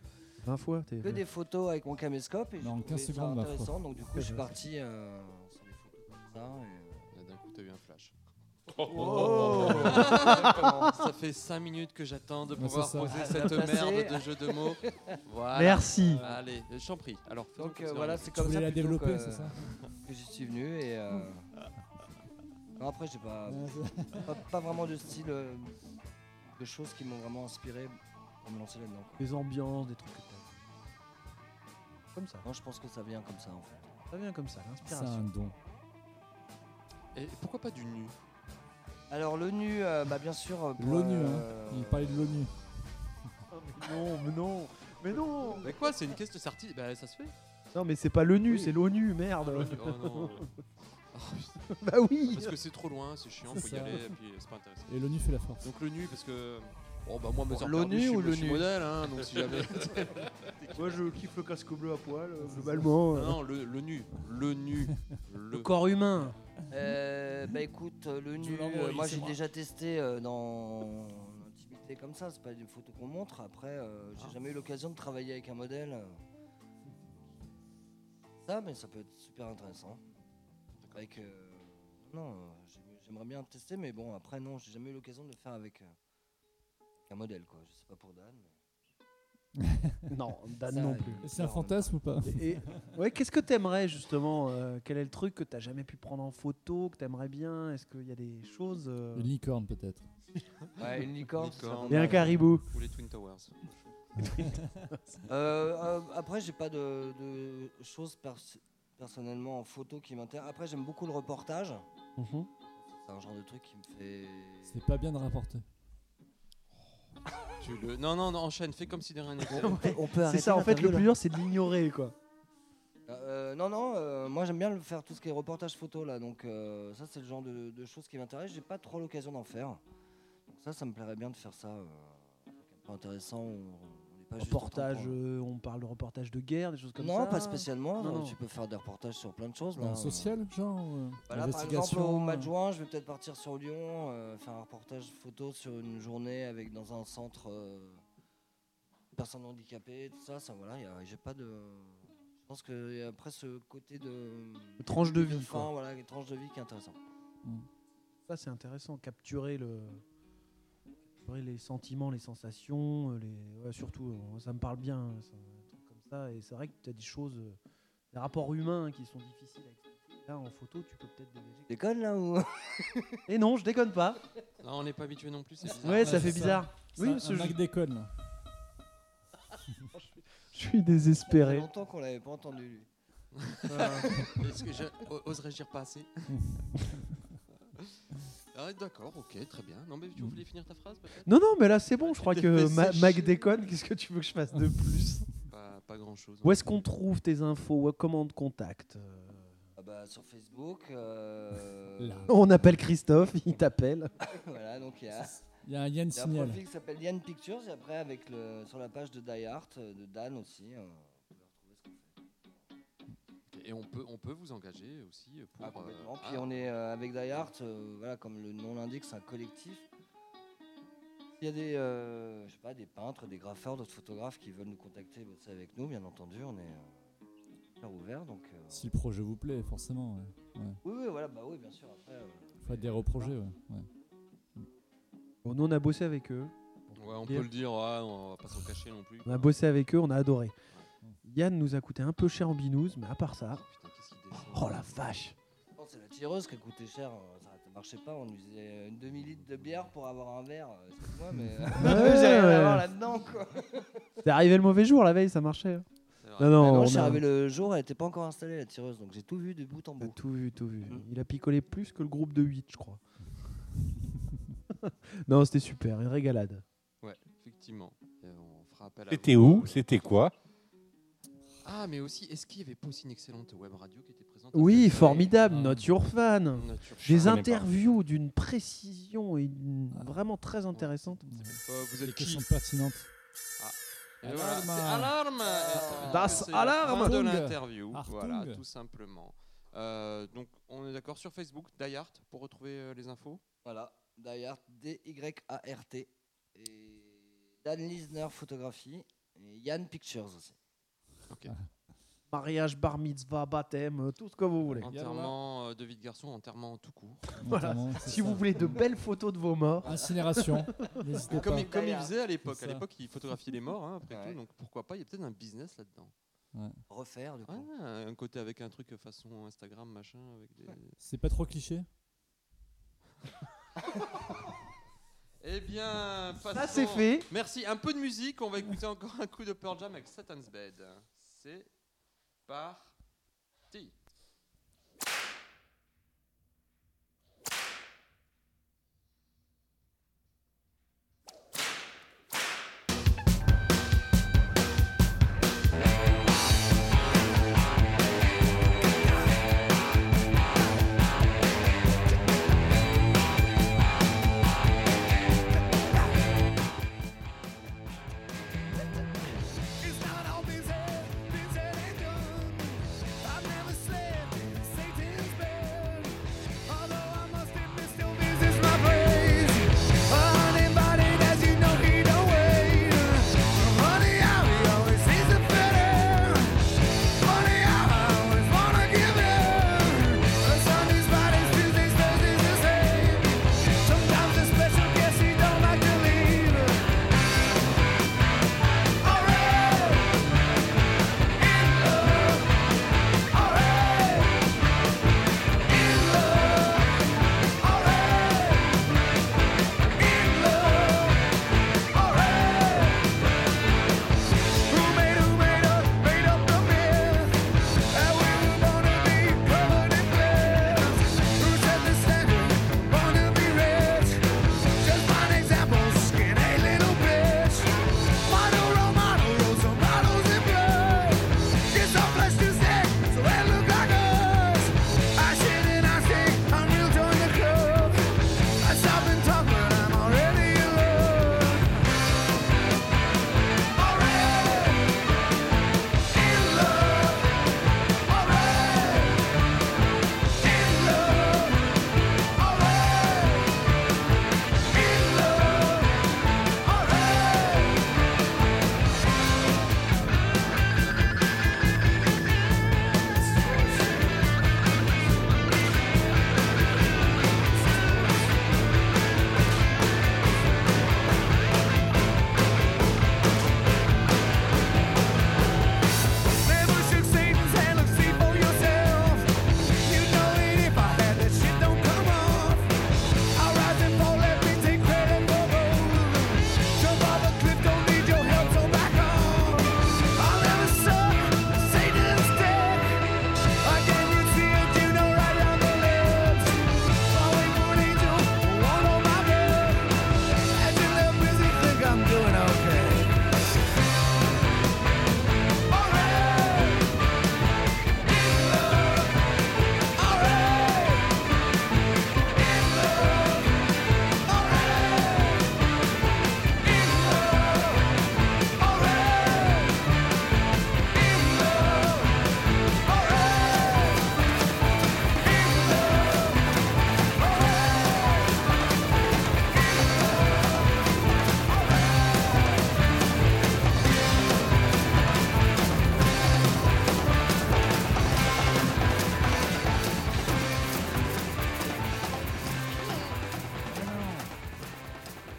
Speaker 2: 20 fois. t'es-
Speaker 5: que des photos avec mon caméscope et j'ai
Speaker 3: Non,
Speaker 5: trouvé
Speaker 3: 15
Speaker 5: ça
Speaker 3: secondes, la fois.
Speaker 5: intéressant donc du coup je suis parti euh, sur des photos comme ça et... euh,
Speaker 1: Là, D'un coup, t'as eu un flash.
Speaker 5: oh
Speaker 1: ça fait 5 minutes que j'attends de
Speaker 3: Ouais,
Speaker 1: pouvoir
Speaker 3: Bah, c'est ça.
Speaker 1: poser
Speaker 5: Ah,
Speaker 1: cette
Speaker 5: bien placé.
Speaker 1: merde de jeu de mots. Voilà.
Speaker 2: Merci.
Speaker 1: Allez, je t'en prie. Alors, faisons
Speaker 5: donc euh,
Speaker 1: comme ça.
Speaker 5: voilà c'est
Speaker 3: Tu
Speaker 5: comme
Speaker 3: voulais
Speaker 5: ça
Speaker 3: la
Speaker 5: plutôt
Speaker 3: développer,
Speaker 5: que,
Speaker 3: c'est ça
Speaker 5: que j'y suis venu et euh, non, après j'ai pas, pas pas vraiment de style euh, de choses qui m'ont vraiment inspiré pour me lancer là-dedans quoi.
Speaker 2: Des ambiances, des trucs comme ça. Comme ça.
Speaker 5: non je pense que ça vient comme ça en fait
Speaker 2: Ça vient comme ça,
Speaker 3: C'est un
Speaker 2: l'inspiration.
Speaker 3: don.
Speaker 1: Et pourquoi pas du nu
Speaker 5: alors l'ONU euh, bah bien sûr euh, pour,
Speaker 3: L'ONU, hein.
Speaker 5: euh,
Speaker 3: Il parlait de l'ONU.
Speaker 2: Non, mais non. Mais non
Speaker 1: Mais quoi, c'est une caisse de sortie Bah, ça se fait.
Speaker 2: Non, mais c'est pas l'ONU,
Speaker 1: Oui.
Speaker 2: c'est l'ONU, merde.
Speaker 1: Oh non. Oh, putain,
Speaker 5: Ah,
Speaker 2: bah oui
Speaker 1: parce que c'est trop loin, c'est chiant,
Speaker 3: C'est
Speaker 1: faut y
Speaker 3: ça.
Speaker 1: aller, et puis c'est pas intéressant.
Speaker 3: Et l'ONU fait la force.
Speaker 1: Donc le nu, parce que. Bon, bah, moi, mes
Speaker 5: Bon,
Speaker 1: heures
Speaker 5: l'ONU
Speaker 1: perdues, je suis-
Speaker 5: ou
Speaker 1: je suis
Speaker 5: l'ONU
Speaker 1: modèle, hein, donc si jamais.
Speaker 2: Moi, je kiffe le casque bleu à poil, euh, globalement.
Speaker 1: non, non, le, le nu. Le nu. Le.
Speaker 2: corps humain.
Speaker 5: Euh, bah écoute, euh, le
Speaker 3: Je
Speaker 5: nu,
Speaker 3: l'envoie,
Speaker 5: euh,
Speaker 3: oui,
Speaker 5: moi
Speaker 3: c'est
Speaker 5: j'ai
Speaker 3: moi.
Speaker 5: déjà testé euh, dans l'intimité comme ça, c'est pas une photo qu'on montre. Après, euh,
Speaker 2: Ah.
Speaker 5: j'ai jamais eu l'occasion de travailler avec un modèle. euh. Ça, mais ça peut être super intéressant. Avec. euh, non, euh, j'ai- j'aimerais bien tester, mais bon, après, non, j'ai jamais eu l'occasion de le faire avec, euh, avec un modèle, quoi. Je sais pas pour Dan. mais
Speaker 2: Non, Dan
Speaker 5: ça,
Speaker 2: non
Speaker 5: euh,
Speaker 2: plus.
Speaker 3: C'est un
Speaker 5: non,
Speaker 3: fantasme ou pas
Speaker 2: Et, ouais, qu'est-ce que t'aimerais justement euh, Quel est le truc que t'as jamais pu prendre en photo, que t'aimerais bien Est-ce qu'il y a des choses euh,
Speaker 3: Une licorne peut-être.
Speaker 5: Ouais, une licorne.
Speaker 1: Licorne.
Speaker 5: ça, on
Speaker 2: Et
Speaker 5: a-
Speaker 2: un caribou.
Speaker 1: Ou les Twin Towers.
Speaker 5: Euh, euh, après, j'ai pas de, de choses pers- personnellement en photo qui m'intéressent. Après, j'aime beaucoup le reportage. C'est un genre de truc qui me fait.
Speaker 3: C'est pas bien de rapporter.
Speaker 1: Tu le... Non, non, non, enchaîne, fais comme si de rien n'était.
Speaker 5: On peut
Speaker 2: C'est ça, en fait, le plus dur, c'est de l'ignorer, quoi.
Speaker 5: Ah, Euh, non, non, euh, moi j'aime bien le faire tout ce qui est reportage photo là, donc euh, ça c'est le genre de, de choses qui m'intéressent. J'ai pas trop l'occasion d'en faire. Donc ça, ça me plairait bien de faire ça. euh, un truc un peu intéressant. où On n'est pas juste en train
Speaker 2: Reportage,
Speaker 5: de prendre-
Speaker 2: euh, on parle de reportage de guerre, des choses comme ça.
Speaker 5: non, pas spécialement.
Speaker 2: Non, non.
Speaker 5: Tu peux faire des reportages sur plein de choses.
Speaker 3: Dans
Speaker 5: là.
Speaker 3: le social, genre ou, euh,
Speaker 5: Voilà, par exemple,
Speaker 3: investigation,
Speaker 5: au mois de
Speaker 3: euh,
Speaker 5: juin, je vais peut-être partir sur Lyon, euh, faire un reportage photo sur une journée avec dans un centre euh, personnes handicapées, tout ça. ça voilà, y a- j'ai pas de. Je pense qu'il y a après ce côté de.
Speaker 2: Tranche de vie,
Speaker 5: Enfin,
Speaker 2: quoi.
Speaker 5: voilà, une tranche de vie qui est intéressant.
Speaker 2: Ça, c'est intéressant, capturer le. capturer les sentiments, les sensations, euh, les... ouais, surtout, euh, ça me parle bien, hein, ça, un truc comme ça. Et c'est vrai que tu as des choses, euh, des rapports humains qui sont difficiles à expliquer. Là, en photo, tu peux peut-être dégager.
Speaker 5: Déconne là ou
Speaker 2: Et non, je déconne pas.
Speaker 1: Non, on n'est pas habitué non plus, c'est bizarre.
Speaker 2: Ouais, Ah, bah, ça
Speaker 3: ouais,
Speaker 2: fait
Speaker 3: c'est ça.
Speaker 2: bizarre.
Speaker 3: c'est
Speaker 2: Oui,
Speaker 3: un-
Speaker 2: parce
Speaker 3: un
Speaker 2: que
Speaker 3: Mac
Speaker 2: je,
Speaker 3: déconne. là.
Speaker 2: je suis
Speaker 5: Ça fait
Speaker 2: désespéré.
Speaker 5: longtemps qu'on l'avait pas entendu lui.
Speaker 2: euh,
Speaker 1: Est-ce que j'ai- o- oserais-je dire pas assez Ah, d'accord, ok, très bien. Non, mais tu voulais finir ta phrase peut-être
Speaker 2: Non, non, mais là, c'est bon, je
Speaker 1: Tu
Speaker 2: crois
Speaker 1: t'es
Speaker 2: que
Speaker 1: fait
Speaker 2: Ma-
Speaker 1: sécher.
Speaker 2: Mac déconne. Qu'est-ce que tu veux que je fasse de plus
Speaker 1: Pas, pas grand-chose.
Speaker 2: Où est-ce qu'on trouve tes infos Où- Comment te contacte Euh,
Speaker 5: Ah bah, sur Facebook. euh,
Speaker 3: Là.
Speaker 2: On appelle Christophe, il t'appelle.
Speaker 5: voilà, donc il y a.
Speaker 3: Il y a un Yann
Speaker 5: Il y a un
Speaker 3: Signal.
Speaker 5: profil qui s'appelle Yann Pictures et après avec le, sur la page de Die Art, euh, de Dan aussi. euh, vous pouvez retrouver ce qu'on fait.
Speaker 1: Et on peut, on peut vous engager aussi pour. euh,
Speaker 5: Ah, complètement.
Speaker 1: ah,
Speaker 5: Puis on est euh, avec Die Art, euh, voilà, comme le nom l'indique, c'est un collectif. Il y a des, euh, je sais pas, des peintres, des graffeurs, d'autres photographes qui veulent nous contacter, bosser avec nous, bien entendu. On est euh, super ouvert, donc. euh,
Speaker 3: Si le projet vous plaît, forcément. ouais.
Speaker 5: Oui, oui, voilà, bah oui, bien sûr. Après, euh,
Speaker 3: Faut adhérer au projet, ouais. ouais.
Speaker 2: Bon, nous, on a bossé avec eux.
Speaker 1: ah, Ouais, on peut le dire, ouais, on va pas s'en cacher non plus.
Speaker 2: On a bossé avec eux, on a adoré. Yann nous a coûté un peu cher en binouze, mais à part ça.
Speaker 1: Putain, qu'est-ce qu'il descend
Speaker 2: Oh la vache
Speaker 5: bon, c'est la tireuse qui a coûté cher. euh, Ça ne marchait pas. On usait une demi-litre de bière pour avoir un verre. euh, Excuse-moi, mais. J'ai rien à voir là-dedans, quoi.
Speaker 2: T'es arrivé le mauvais jour la veille, ça marchait. hein.
Speaker 1: C'est
Speaker 2: Non,
Speaker 1: vrai.
Speaker 2: non,
Speaker 5: Ah non,
Speaker 2: on
Speaker 5: je suis
Speaker 2: a-
Speaker 5: arrivé le jour, elle n'était pas encore installée la tireuse, donc j'ai tout vu de bout en
Speaker 2: on a
Speaker 5: bout.
Speaker 2: tout vu, tout vu.
Speaker 5: Mm.
Speaker 2: Mmh. Il a picolé plus que le groupe de 8, je crois. non, c'était super, une régalade.
Speaker 1: Ouais, effectivement. Et on fera appel à
Speaker 4: C'était
Speaker 1: vous.
Speaker 4: où C'était quoi
Speaker 1: Ah, mais aussi, est-ce qu'il y avait pas aussi une excellente web radio qui était présente à
Speaker 2: Oui,
Speaker 1: cette soirée
Speaker 2: formidable,
Speaker 3: Ah.
Speaker 2: not your fan.
Speaker 1: Nature Charme.
Speaker 2: Des
Speaker 4: connais pas.
Speaker 2: interviews d'une précision et d'une-
Speaker 3: Ah.
Speaker 2: vraiment très intéressante.
Speaker 1: Euh, vous
Speaker 3: Les
Speaker 1: êtes qui
Speaker 3: questions pertinentes.
Speaker 1: Et voilà, c'est alarme
Speaker 3: Alarme.
Speaker 1: Et
Speaker 2: Ah. Das
Speaker 1: c'est la
Speaker 2: Alarm.
Speaker 1: fin de
Speaker 3: Achtung.
Speaker 1: l'interview,
Speaker 3: Achtung.
Speaker 1: voilà, tout simplement. Euh, donc, on est d'accord sur Facebook, Die Art, pour retrouver euh, les infos.
Speaker 5: Voilà. Die Art, D-Y-A-R-T. Et Dan Lisner Photographie. Et Yann Pictures aussi.
Speaker 2: Mariage, bar mitzvah, baptême, euh, tout ce que vous voulez.
Speaker 1: Enterrement euh, de vie de garçon, enterrement tout court.
Speaker 2: Voilà.
Speaker 3: notamment, c'est
Speaker 2: Si vous
Speaker 3: ça.
Speaker 2: voulez de belles photos de vos morts,
Speaker 3: Incinération, n'hésitez
Speaker 1: Comme,
Speaker 3: pas.
Speaker 1: il- comme il
Speaker 5: D'ailleurs,
Speaker 1: faisait à l'époque.
Speaker 3: bah, c'est
Speaker 1: À
Speaker 3: ça.
Speaker 1: l'époque, il photographiait les morts, hein, après
Speaker 5: Ouais.
Speaker 1: tout. Donc pourquoi pas Il y a peut-être un business là-dedans.
Speaker 5: Refaire, du coup.
Speaker 1: Ouais, un côté avec un truc façon Instagram, machin. Avec des...
Speaker 3: C'est pas trop cliché
Speaker 1: Eh bien,
Speaker 2: ça c'est fait.
Speaker 1: Merci. Un peu de musique. On va écouter encore un coup de Pearl Jam avec Satan's Bed. C'est parti.
Speaker 8: It's not all busy, busy and done. I've never slept in Satan's bed. Although I must admit, still visits my praise. Uninvited, as you know, he don't wait. Money out, he always sees the better. Money out, I always wanna give in. Sundays, Fridays, Tuesdays, Thursdays, the same. Sometimes a special guest, he don't like to leave. Just one example, skinny little bitch. Model, role model, roles of models in blood. It's all flesh to stick, so they look like us. I shit and I stick, I'm real, join the club. I stop and talk, but I'm already in love. Already in love. Already in love. Already in love. Already. Never shook Satan's hand, look, see for yourself. You know it if I had that shit don't come off. I'll rise and fall, let me take credit for both. Jump off a cliff, don't need your help, so back off. I'll never suck Satan's dick. I guarantee it, you know right on the lips. Falling one angel, one on my bed. As you left busy, think I'm doing okay. Alright.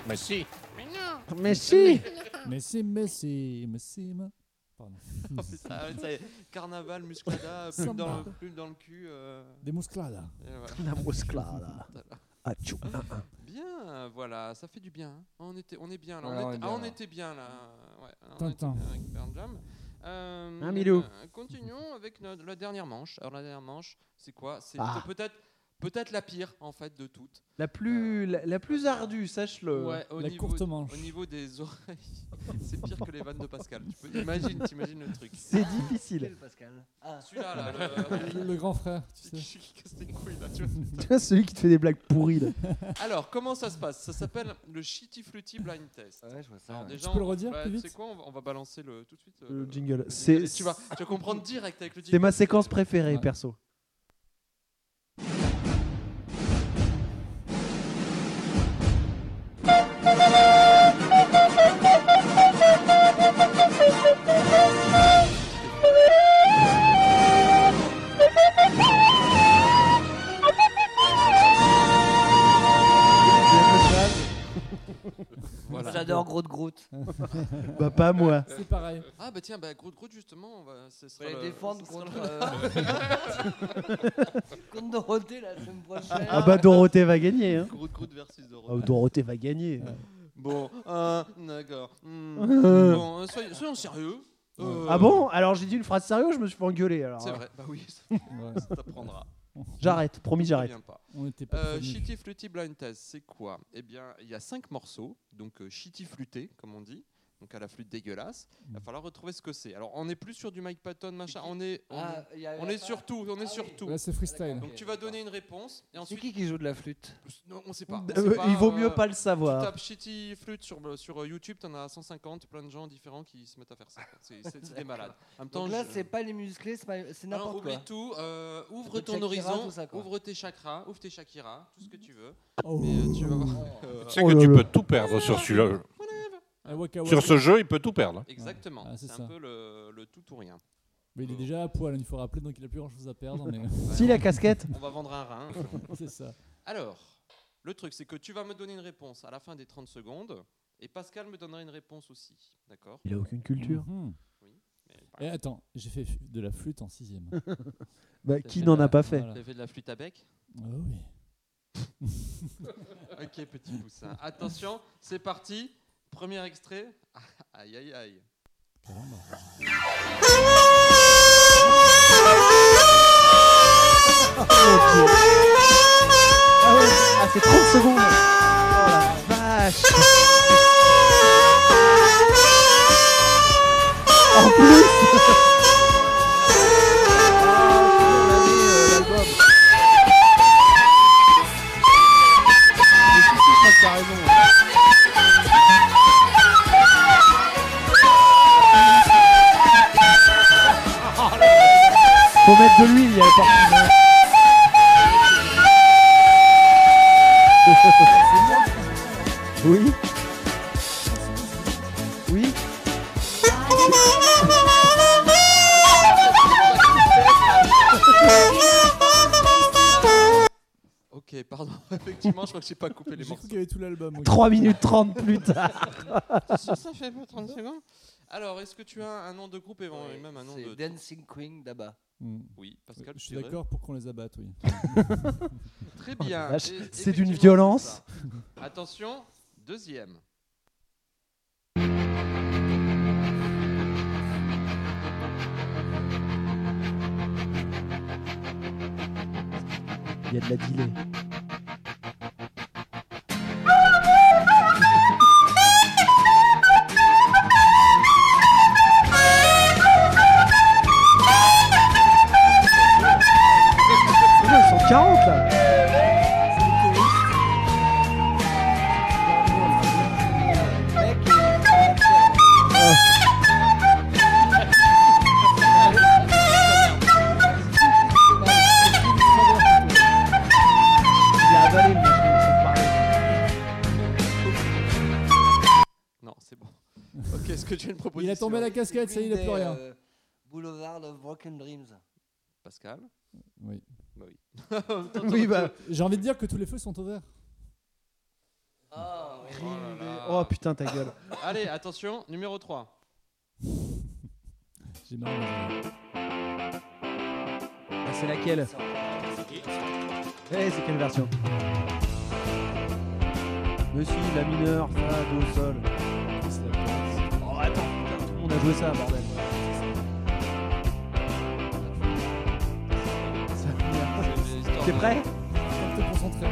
Speaker 4: Mais si.
Speaker 2: Mais si
Speaker 3: Mais c'est, mais c'est, mais c'est. ma- Pardon.
Speaker 1: Ah, Carnaval, musclada, plume dans, le- plume dans le cul. euh,
Speaker 3: Des mousclades.
Speaker 1: et voilà.
Speaker 2: La brosse là. Atchou.
Speaker 1: Bien, voilà, ça fait du bien. hein. On, était, on est bien là.
Speaker 5: Ouais,
Speaker 1: on,
Speaker 5: on est
Speaker 1: était,
Speaker 5: bien,
Speaker 1: ah, on était bien là. Ouais,
Speaker 5: là.
Speaker 1: on était
Speaker 3: Tintin.
Speaker 1: bien avec Pearl Jam. Euh,
Speaker 2: Hein, Milou
Speaker 1: euh, Continuons avec notre- la dernière manche. Alors la dernière manche, c'est quoi C'est
Speaker 2: Ah.
Speaker 1: peut-être peut-être la pire en fait de toutes.
Speaker 2: La plus, la, la plus ardue, sache-le.
Speaker 1: Ouais, au
Speaker 3: la
Speaker 1: niveau,
Speaker 3: courte manche.
Speaker 1: au niveau des oreilles, c'est pire que les vannes de Pascal. Tu peux, imagine, t'imagines le truc.
Speaker 2: C'est difficile.
Speaker 5: Quel Pascal Ah,
Speaker 1: Celui-là là, le-
Speaker 3: Le, le grand frère, tu sais.
Speaker 1: celui qui casse les couilles, là, tu vois.
Speaker 2: Tu vois, celui qui te fait des blagues pourries, là.
Speaker 1: Alors comment ça se passe Ça s'appelle le shitty flutty blind test.
Speaker 5: ouais, je vois ça.
Speaker 1: Alors,
Speaker 5: ouais.
Speaker 1: déjà,
Speaker 3: Euh, Tu peux le
Speaker 1: on-
Speaker 3: redire
Speaker 1: bah,
Speaker 3: plus
Speaker 1: tu
Speaker 3: vite
Speaker 1: sais quoi, on va, on va balancer le, tout de suite. euh,
Speaker 2: Le
Speaker 1: le-
Speaker 2: jingle.
Speaker 1: le
Speaker 2: C'est-
Speaker 1: Et Tu vas, tu vas comprendre direct avec le jingle.
Speaker 2: C'est ma séquence préférée,
Speaker 3: Ouais.
Speaker 2: perso.
Speaker 1: Voilà.
Speaker 5: J'adore Gros de Groot.
Speaker 2: Bah, pas moi.
Speaker 3: C'est pareil.
Speaker 1: Ah bah tiens, bah, Groot Groot justement, on va, ce
Speaker 5: Je
Speaker 1: sera
Speaker 5: vais les
Speaker 1: le-
Speaker 5: défendre
Speaker 1: ce sera
Speaker 5: contre,
Speaker 1: le-
Speaker 5: euh, contre Dorothée la semaine prochaine.
Speaker 2: Ah, bah, Dorothée va gagner. Hein.
Speaker 1: Groot Groot versus Doro.
Speaker 2: Oh, Dorothée va gagner.
Speaker 1: Bon, euh, d'accord. Hmm. bon, euh, soyons, soyons sérieux. Euh,
Speaker 2: Ah bon Ah Alors, j'ai dit une phrase sérieuse, je me suis fait engueuler. Alors, hein.
Speaker 1: C'est vrai, bah oui, ça
Speaker 3: Ouais,
Speaker 1: t'apprendra.
Speaker 2: J'arrête, promis, j'arrête.
Speaker 1: Reviens pas.
Speaker 3: on était pas
Speaker 1: Euh,
Speaker 3: très nuls.
Speaker 1: Shitty Flutty Blind Test, c'est quoi Eh bien, il y a cinq morceaux, donc euh, Shitty Flutté, comme on dit, donc à la flûte dégueulasse. Il
Speaker 2: Mm.
Speaker 1: va falloir retrouver ce que c'est. Alors, on n'est plus sur du Mike Patton, machin, on est, on,
Speaker 5: Ah,
Speaker 1: est-
Speaker 5: il y a-
Speaker 1: on est sur tout, on est
Speaker 5: Ah
Speaker 1: sur
Speaker 5: oui.
Speaker 1: tout.
Speaker 3: Là, c'est freestyle.
Speaker 1: Donc, tu vas donner une réponse, et
Speaker 5: C'est
Speaker 1: ensuite,
Speaker 5: qui qui joue de la flûte
Speaker 1: non, on sait pas. on
Speaker 2: Euh,
Speaker 1: sait pas,
Speaker 2: il vaut
Speaker 1: euh,
Speaker 2: mieux pas le
Speaker 1: Tu
Speaker 2: savoir.
Speaker 1: tapes Shitty Flute sur, le- sur euh, YouTube, t'en as 150, plein de gens différents qui se mettent à faire ça. C'est c'est- c'est des malades. En même temps,
Speaker 5: Donc là,
Speaker 1: je-
Speaker 5: c'est pas les musclés, c'est pas- c'est
Speaker 1: Alors,
Speaker 5: n'importe
Speaker 1: oublie
Speaker 5: quoi.
Speaker 1: tout, euh, ouvre
Speaker 5: Peut-être
Speaker 1: ton
Speaker 5: Shakira,
Speaker 1: horizon,
Speaker 5: tout ça, quoi. Mm.
Speaker 1: ouvre tes chakras, ouvre tes shakiras, tout ce que tu veux.
Speaker 3: Oh.
Speaker 1: Mais euh, tu vas voir. que-
Speaker 4: Tu sais
Speaker 2: Oh
Speaker 4: que
Speaker 2: là
Speaker 4: tu
Speaker 2: là.
Speaker 4: peux tout perdre sur celui-là.
Speaker 3: Ah, Waka
Speaker 4: Sur
Speaker 3: Waka.
Speaker 4: ce jeu, il peut tout perdre.
Speaker 1: Exactement,
Speaker 3: Ah, c'est
Speaker 1: c'est
Speaker 3: ça.
Speaker 1: un peu le, le tout ou rien.
Speaker 3: Mais il est déjà à poil, il faut rappeler, donc il a plus grand chose à perdre. Mais
Speaker 2: Si la casquette
Speaker 1: On va vendre un rein.
Speaker 3: c'est ça.
Speaker 1: Alors, le truc, c'est que tu vas me donner une réponse à la fin des 30 secondes, et Pascal me donnera une réponse aussi, d'accord
Speaker 2: Il a aucune culture.
Speaker 3: Mhm.
Speaker 1: Mais,
Speaker 3: Et
Speaker 1: pareil.
Speaker 3: Eh, attends, j'ai fait de la flûte en sixième.
Speaker 2: Bah, qui n'en a pas fait
Speaker 3: Voilà.
Speaker 1: T'as fait de la flûte à bec
Speaker 3: Ah oui.
Speaker 1: Ok, petit poussin. Attention, c'est parti. Premier extrait. Ah, Aïe, aïe, aïe.
Speaker 3: Caramba.
Speaker 2: Ah ouais, ah, c'est 30 secondes Oh la vache En plus Faut mettre de l'huile, il y a la partie. Oui. Oui.
Speaker 1: Ok, pardon. Effectivement, je crois que j'ai pas coupé les
Speaker 3: J'ai cru
Speaker 1: morceaux.
Speaker 3: qu'il y avait tout l'album. oui.
Speaker 2: 3 minutes 30 plus tard.
Speaker 1: Ça fait pas 30 secondes. Alors, est-ce que tu as un nom de groupe et
Speaker 5: Ouais,
Speaker 1: même un nom de.
Speaker 5: C'est Dancing Queen d'Abba.
Speaker 3: Mhm.
Speaker 1: Oui, Pascal, tu
Speaker 3: Je suis
Speaker 1: dirais
Speaker 3: d'accord pour qu'on les abatte, oui.
Speaker 1: Très bien.
Speaker 2: Oh vache,
Speaker 1: Et-
Speaker 2: c'est d'une
Speaker 1: effectivement,
Speaker 2: violence.
Speaker 1: c'est ça. Attention, deuxième.
Speaker 2: Il y a de la delay. Putain, Ils sont 40 là Il a avalé le machin, c'est pareil.
Speaker 1: Non, c'est bon. ok, est-ce que tu as une proposition
Speaker 3: Il a tombé la casquette, ça y est, il a plus rien.
Speaker 5: euh, Boulevard of Broken Dreams.
Speaker 1: Pascal
Speaker 3: Oui. Oh,
Speaker 2: Oui bah
Speaker 3: J'ai envie de dire que tous les feux sont ouverts.
Speaker 5: Ah,
Speaker 1: Oh là là.
Speaker 2: Oh putain ta gueule
Speaker 1: Allez, attention, numéro 3.
Speaker 3: J'ai mal.
Speaker 2: Ah, C'est laquelle Eh c'est quelle version Le si, la mineure, fa, do, sol. Oh attends, putain, tout le monde a joué ça bordel. Ah, T'es prêt Oh,
Speaker 3: Faut te concentrer.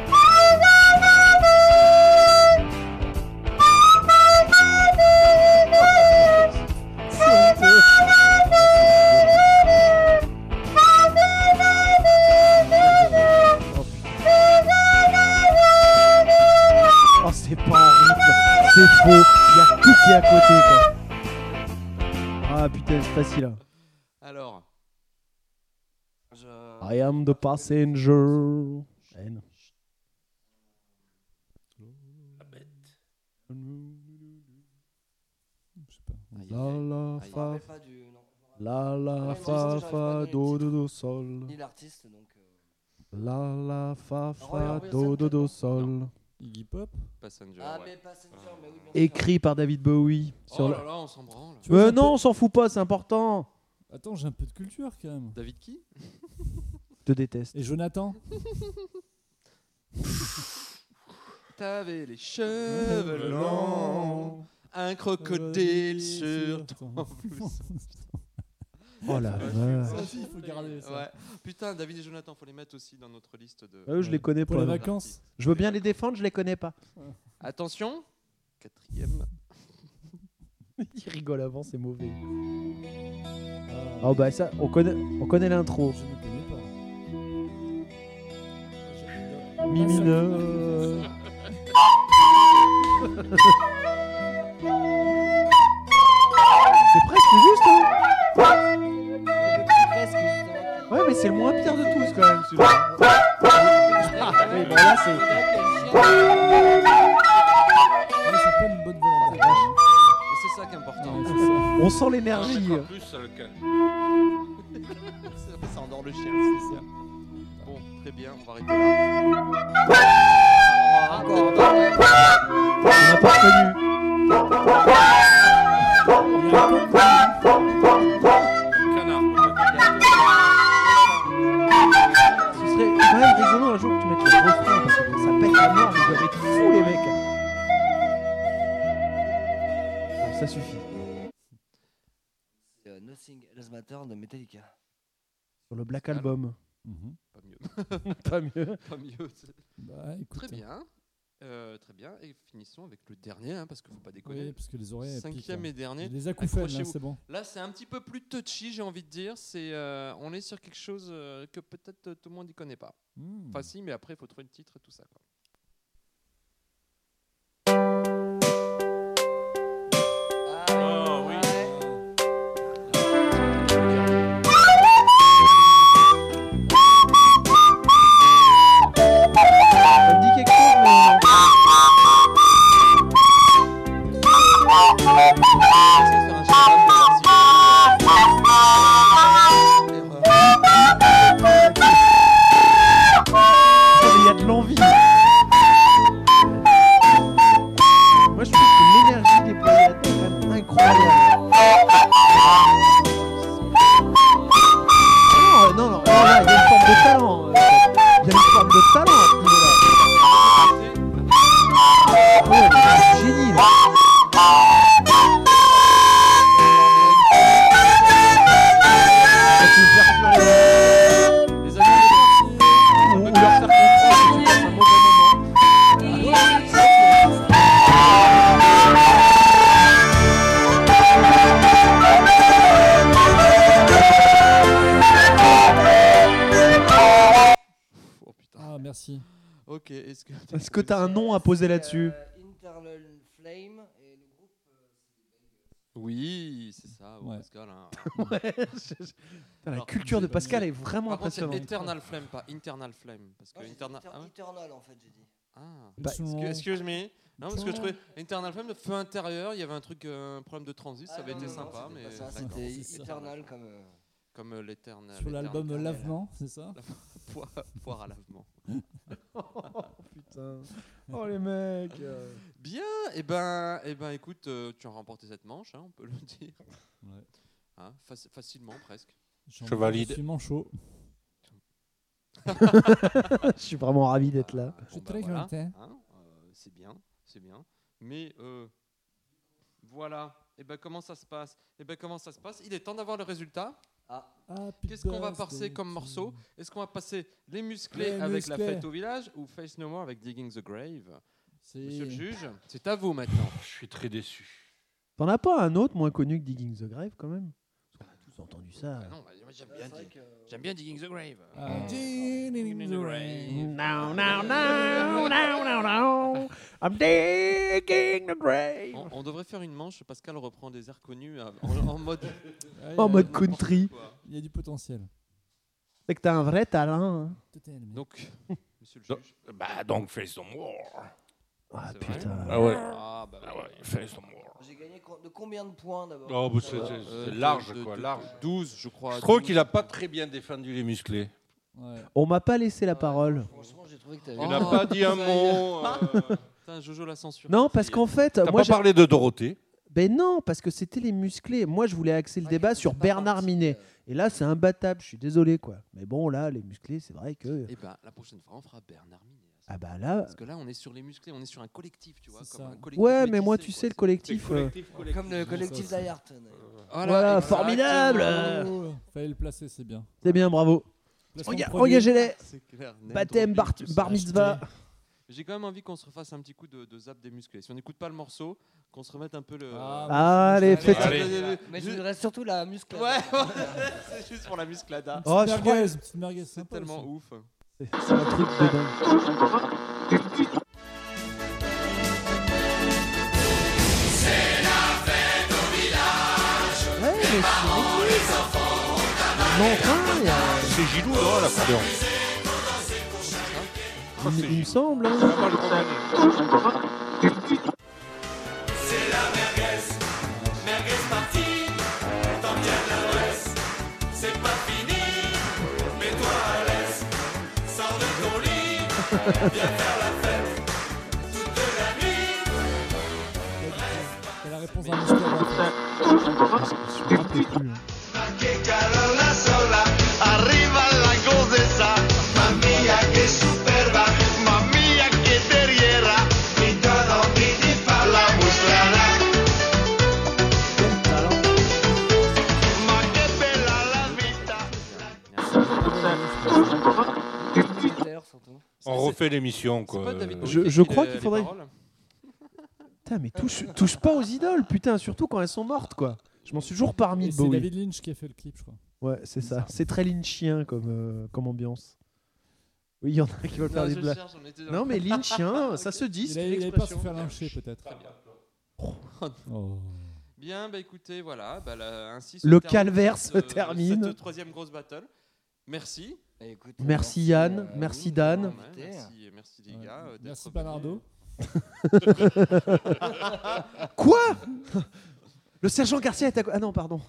Speaker 2: Oh c'est pas en rythme, c'est faux, il y a tout qui est à côté quoi. Ah putain c'est facile.
Speaker 1: Alors, Ah,
Speaker 2: I am the passenger. Eh non.
Speaker 3: Je
Speaker 1: Aïe, aïe.
Speaker 3: sais pas. La la
Speaker 5: Je me
Speaker 3: fa
Speaker 5: rappelle pas du. non.
Speaker 3: la la
Speaker 5: Ouais,
Speaker 3: fa
Speaker 5: j'arrive pas à
Speaker 3: fa
Speaker 5: donner
Speaker 3: do
Speaker 5: le
Speaker 3: do do sol.
Speaker 5: Ni l'artiste, donc. euh,
Speaker 3: La la fa fa
Speaker 5: Royal
Speaker 3: do
Speaker 5: Wilson,
Speaker 3: do do
Speaker 5: non.
Speaker 3: sol.
Speaker 9: Iggy Pop
Speaker 1: Passenger.
Speaker 5: Ah,
Speaker 1: ouais.
Speaker 5: mais Passenger, mais oui, bien sûr.
Speaker 2: Écrit par David Bowie. Sur
Speaker 1: Oh
Speaker 2: le-
Speaker 1: là là, on s'en branle.
Speaker 3: Tu vois,
Speaker 2: Euh,
Speaker 3: j'ai un
Speaker 2: non, on s'en fout pas, c'est important.
Speaker 3: peu- Attends, j'ai un peu de culture quand même.
Speaker 1: David qui
Speaker 2: Je te déteste.
Speaker 9: et Jonathan.
Speaker 1: T'avais les
Speaker 2: Mmh,
Speaker 1: cheveux longs, un
Speaker 3: Euh,
Speaker 1: crocodile sur
Speaker 3: ton.
Speaker 1: ton pouce.
Speaker 2: Oh la vache.
Speaker 3: Ça aussi, il faut garder ça.
Speaker 1: Ouais. Putain, David et Jonathan, faut les mettre aussi dans notre liste de.
Speaker 2: Eux, Bah je les connais
Speaker 3: Pour
Speaker 2: pas.
Speaker 3: les
Speaker 2: non.
Speaker 3: vacances.
Speaker 2: Je veux bien les défendre, je les connais pas.
Speaker 1: Attention, quatrième.
Speaker 2: Ils rigolent avant, c'est mauvais. Ah bah ça, on connaît, on connaît l'intro.
Speaker 3: Je ne connais pas.
Speaker 1: Ah,
Speaker 3: Ah,
Speaker 2: Mi mineur. c'est presque juste, hein
Speaker 5: Presque, justement.
Speaker 2: Ouais, mais c'est le moins pire de tous quand même, celui-là. Ah, oui, bon, là c'est. Ah,
Speaker 3: Mais ça pas une bonne volonté.
Speaker 1: Et Ah, c'est ça qui est important.
Speaker 2: Mmh. On sent
Speaker 4: On en
Speaker 2: l'énergie.
Speaker 4: mettra plus, euh, ça le calme.
Speaker 1: ça endort le chien, c'est ça. Bon, très bien, on va arrêter là.
Speaker 5: Encore, encore, encore.
Speaker 2: On n'a pas connu.
Speaker 4: Canard, peut-être.
Speaker 2: Ce serait quand même rigolo un jour que tu mettes le refrain parce que ça pète la mort, ils doivent être fous les mecs. Bon, ça suffit.
Speaker 5: Euh, Nothing Else Matter de Metallica.
Speaker 2: Sur le Black Album.
Speaker 3: Mhm.
Speaker 1: Pas mieux,
Speaker 2: Pas mieux.
Speaker 1: pas mieux. c'est-
Speaker 3: Bah, écoute,
Speaker 1: Très bien. Euh, très bien, et finissons avec le dernier, hein, parce que faut pas
Speaker 3: Oui,
Speaker 1: déconner.
Speaker 3: parce que les oreilles.
Speaker 1: Cinquième
Speaker 3: piquent,
Speaker 1: et
Speaker 3: hein.
Speaker 1: dernier.
Speaker 3: Les acouphènes, là,
Speaker 1: Accrochez-vous.
Speaker 3: c'est bon.
Speaker 1: Là, c'est un petit peu plus touchy, j'ai envie de dire. C'est, euh, on est sur quelque chose euh, que peut-être euh, tout le monde n'y connaît pas.
Speaker 3: Hmm.
Speaker 1: Enfin, si, mais après, il faut trouver le titre et tout ça. quoi.
Speaker 4: Ah oui.
Speaker 2: Ça me dit quelque chose, mais.
Speaker 1: Est-ce que c'est un cheval pour voir si- Erreur.
Speaker 2: il y a de l'envie. Moi, je trouve que l'énergie déployée là-dedans est quand même incroyable. Ah Non, non, non, là, il y a une forme de talent. euh, Il y a une forme de talent à ce niveau-là.
Speaker 1: Oh,
Speaker 2: Ouais, c'est un génie. là. Ah, tu veux faire pleurer la
Speaker 1: Les amis,
Speaker 2: ou, ou leur faire comprendre que tu passes un mauvais moment.
Speaker 1: oh putain.
Speaker 3: Ah, merci.
Speaker 1: Ok, est-ce que
Speaker 2: Est-ce que t'as un nom à poser là-dessus
Speaker 5: C'est, euh, Internal Flame et le groupe. euh,
Speaker 1: Oui, c'est ça, bon,
Speaker 3: Ouais.
Speaker 1: Pascal. hein.
Speaker 2: Putain, La
Speaker 1: Alors,
Speaker 2: culture de
Speaker 3: j'ai pas
Speaker 2: Pascal
Speaker 3: mis-
Speaker 2: est vraiment
Speaker 1: Par contre, c'est
Speaker 2: impressionnante.
Speaker 1: Eternal Flame, pas Internal Flame, parce que
Speaker 5: Moi, j'ai dit
Speaker 1: Internal.
Speaker 5: Inter-
Speaker 1: Ah ouais
Speaker 5: Eternal en fait, j'ai dit.
Speaker 1: Ah.
Speaker 2: Bah,
Speaker 1: Excuse- Excuse me. Non, parce que je
Speaker 3: Eternal.
Speaker 1: trouvais Internal Flame, le feu intérieur, il y avait un truc, euh, un problème de transit,
Speaker 5: Ah,
Speaker 1: ça avait
Speaker 5: non,
Speaker 1: été
Speaker 5: non, non,
Speaker 1: sympa,
Speaker 5: c'était
Speaker 1: mais
Speaker 5: pas ça,
Speaker 1: d'accord.
Speaker 5: C'était
Speaker 3: c'est ça.
Speaker 5: Eternal comme. euh,
Speaker 1: comme euh, l'éternel.
Speaker 3: Sur l'album
Speaker 1: l'éternel-
Speaker 3: Lavement, c'est ça
Speaker 1: Poire poire à lavement.
Speaker 2: Putain. Oh les mecs.
Speaker 1: Bien, et ben, et ben, écoute, euh, tu as remporté cette manche, hein, on peut le dire,
Speaker 3: Ouais.
Speaker 1: Hein, faci- facilement presque.
Speaker 3: J'en-
Speaker 4: Je valide.
Speaker 3: Je suis manchot.
Speaker 2: Je suis vraiment ravi d'être là.
Speaker 1: Ah,
Speaker 3: Je
Speaker 1: bon,
Speaker 3: suis
Speaker 1: ben
Speaker 3: très
Speaker 1: voilà,
Speaker 3: content.
Speaker 1: hein, euh, c'est bien, c'est bien. Mais euh, voilà. Et ben comment ça se passe Et ben comment ça se passe Il est temps d'avoir le résultat.
Speaker 5: Ah,
Speaker 1: Qu'est-ce qu'on va passer comme morceau Est-ce qu'on va passer les musclés
Speaker 3: Les
Speaker 1: avec la
Speaker 3: musclés.
Speaker 1: fête au village ou Face No More avec Digging the Grave Monsieur le
Speaker 3: C'est
Speaker 1: juge, c'est à vous maintenant.
Speaker 4: Je suis très déçu.
Speaker 2: T'en as pas un autre moins connu que Digging the Grave quand même Parce qu'on a tous entendu ça. euh.
Speaker 1: Ah non, bah, moi, j'aime
Speaker 5: c'est
Speaker 1: bien,
Speaker 5: vrai
Speaker 1: Dig-
Speaker 5: que-
Speaker 1: j'aime bien Digging the Grave.
Speaker 3: Ah, Jean in the rain.
Speaker 2: Non, non, non, non, non, non. I'm digging the grave.
Speaker 1: On, on devrait faire une manche. Pascal reprend des airs connus euh, en, en mode.
Speaker 3: Ah, il y
Speaker 2: En
Speaker 3: a-
Speaker 2: mode country.
Speaker 1: Quoi.
Speaker 3: Il y a du potentiel.
Speaker 2: C'est que t'as un vrai talent. hein.
Speaker 3: Totalement.
Speaker 1: Donc, monsieur le juge.
Speaker 4: Bah donc, face the more.
Speaker 2: Ah
Speaker 1: C'est vrai
Speaker 2: putain.
Speaker 4: Ah ouais.
Speaker 1: Ah, bah,
Speaker 4: Ah ouais, il fait son mort.
Speaker 5: J'ai gagné co- de combien de points d'abord
Speaker 4: Oh, bah,
Speaker 5: Ça va
Speaker 4: c'est-
Speaker 1: euh,
Speaker 4: c'est
Speaker 1: de-
Speaker 4: large,
Speaker 1: de-
Speaker 4: quoi,
Speaker 1: de-
Speaker 4: large.
Speaker 1: 12, je crois.
Speaker 4: Je trouve
Speaker 1: 12.
Speaker 4: qu'il a pas très bien défendu les musclés.
Speaker 3: Ouais.
Speaker 2: On m'a pas laissé la
Speaker 5: Ouais,
Speaker 2: parole.
Speaker 5: Franchement, j'ai trouvé que t'avais.
Speaker 4: Il
Speaker 1: Oh.
Speaker 4: n'a pas dit un mot. euh,
Speaker 1: Putain, Jojo la censure.
Speaker 2: Non, parce qu'en fait,
Speaker 4: T'as
Speaker 2: moi,
Speaker 4: pas
Speaker 2: j'ai-
Speaker 4: parlé de Dorothée.
Speaker 2: ben non, parce que c'était les musclés. Moi, je voulais axer le débat sur Bernard Minet. Et là, c'est imbattable. Je suis désolé, quoi. Mais bon, là, les musclés, c'est vrai que.
Speaker 1: Et ben, la prochaine fois, on fera Bernard Minet.
Speaker 2: Ah bah là.
Speaker 1: Parce que là, on est sur les musclés, on est sur un collectif, tu vois.
Speaker 3: C'est
Speaker 1: Comme
Speaker 3: ça.
Speaker 1: un collectif
Speaker 2: Ouais, mais moi,
Speaker 1: métissé, quoi.
Speaker 2: tu sais, le collectif. euh,
Speaker 5: Comme le collectif euh,
Speaker 3: Ça, ça.
Speaker 5: d'Ayart.
Speaker 1: Voilà,
Speaker 2: Voilà,
Speaker 1: exactement.
Speaker 2: formidable. euh,
Speaker 3: Oh, Fallait le placer, c'est bien.
Speaker 2: C'est bien, bravo.
Speaker 3: Placement
Speaker 2: Enga-
Speaker 3: premier.
Speaker 2: Engagez-les.
Speaker 1: C'est clair, net,
Speaker 2: Baptême,
Speaker 1: on
Speaker 2: bar,
Speaker 1: dit que
Speaker 2: bar
Speaker 1: ça.
Speaker 2: mitzvah.
Speaker 1: J'ai quand même envie qu'on se refasse un petit coup de, de zap des musclés. Si on n'écoute pas le morceau, qu'on se remette un peu le.
Speaker 3: Ah,
Speaker 2: Allez, faites.
Speaker 4: Allez.
Speaker 5: Mais je
Speaker 1: Juste-
Speaker 5: voudrais surtout la muscle.
Speaker 1: Ouais, c'est juste pour la musclada.
Speaker 2: Oh, je
Speaker 3: petite
Speaker 2: crois-
Speaker 3: merguez, petite merguez,
Speaker 1: C'est
Speaker 3: sympa
Speaker 1: tellement
Speaker 3: aussi.
Speaker 1: ouf.
Speaker 2: C'est un truc de dingue. C'est la fête au village. Ouais, mais c'est vrai. Mais enfin, il y a-
Speaker 4: C'est Gilou, non, la couleur.
Speaker 2: il, il me semble. hein.
Speaker 3: C'est la réponse à mystère. là.
Speaker 2: Je me rappelle plus, hein.
Speaker 6: Que Carola sola, arriba la gozesa, mamía que superba, mamía que terriera, y todo pidi para la muslana. Ma que pela la vida.
Speaker 5: surtout.
Speaker 4: On refait l'émission, quoi.
Speaker 1: Pas David Bowie
Speaker 2: Je-
Speaker 1: qui
Speaker 2: je
Speaker 1: écrit
Speaker 2: crois
Speaker 1: les-
Speaker 2: qu'il
Speaker 1: les
Speaker 2: faudrait-
Speaker 1: paroles.
Speaker 2: Putain, mais touche, touche pas aux idoles, putain, surtout quand elles sont mortes, quoi. Je m'en suis toujours parmi
Speaker 3: Et
Speaker 2: de
Speaker 3: C'est
Speaker 2: Bowie.
Speaker 3: David Lynch qui a fait le clip, je crois.
Speaker 2: Ouais, c'est ça. C'est très lynchien comme, euh, comme ambiance. Oui, il y en a qui veulent faire
Speaker 1: Non,
Speaker 2: des
Speaker 1: je
Speaker 2: blagues.
Speaker 1: cherche, on était dans-
Speaker 2: Non, mais lynchien, ça se dit,
Speaker 3: Il a-
Speaker 2: c'est
Speaker 3: il avait pas se
Speaker 2: l'expression.
Speaker 3: faire lyncher, peut-être. Oh.
Speaker 1: Bien, bah écoutez, voilà. bah, là, ainsi se
Speaker 2: Le
Speaker 1: termine
Speaker 2: calvaire
Speaker 1: cette,
Speaker 2: se
Speaker 1: euh,
Speaker 2: termine.
Speaker 1: Cette troisième grosse battle. Merci.
Speaker 5: Bah, écoute,
Speaker 2: Merci Yann,
Speaker 5: euh,
Speaker 2: merci
Speaker 5: vous de
Speaker 2: Dan.
Speaker 5: m'avoir
Speaker 1: Ouais,
Speaker 5: invité.
Speaker 1: merci, merci les
Speaker 3: Ouais.
Speaker 1: gars. euh, d'être
Speaker 3: Merci
Speaker 1: venus.
Speaker 3: Bernardo.
Speaker 2: Quoi Le sergent Garcia est à... Ah non, pardon.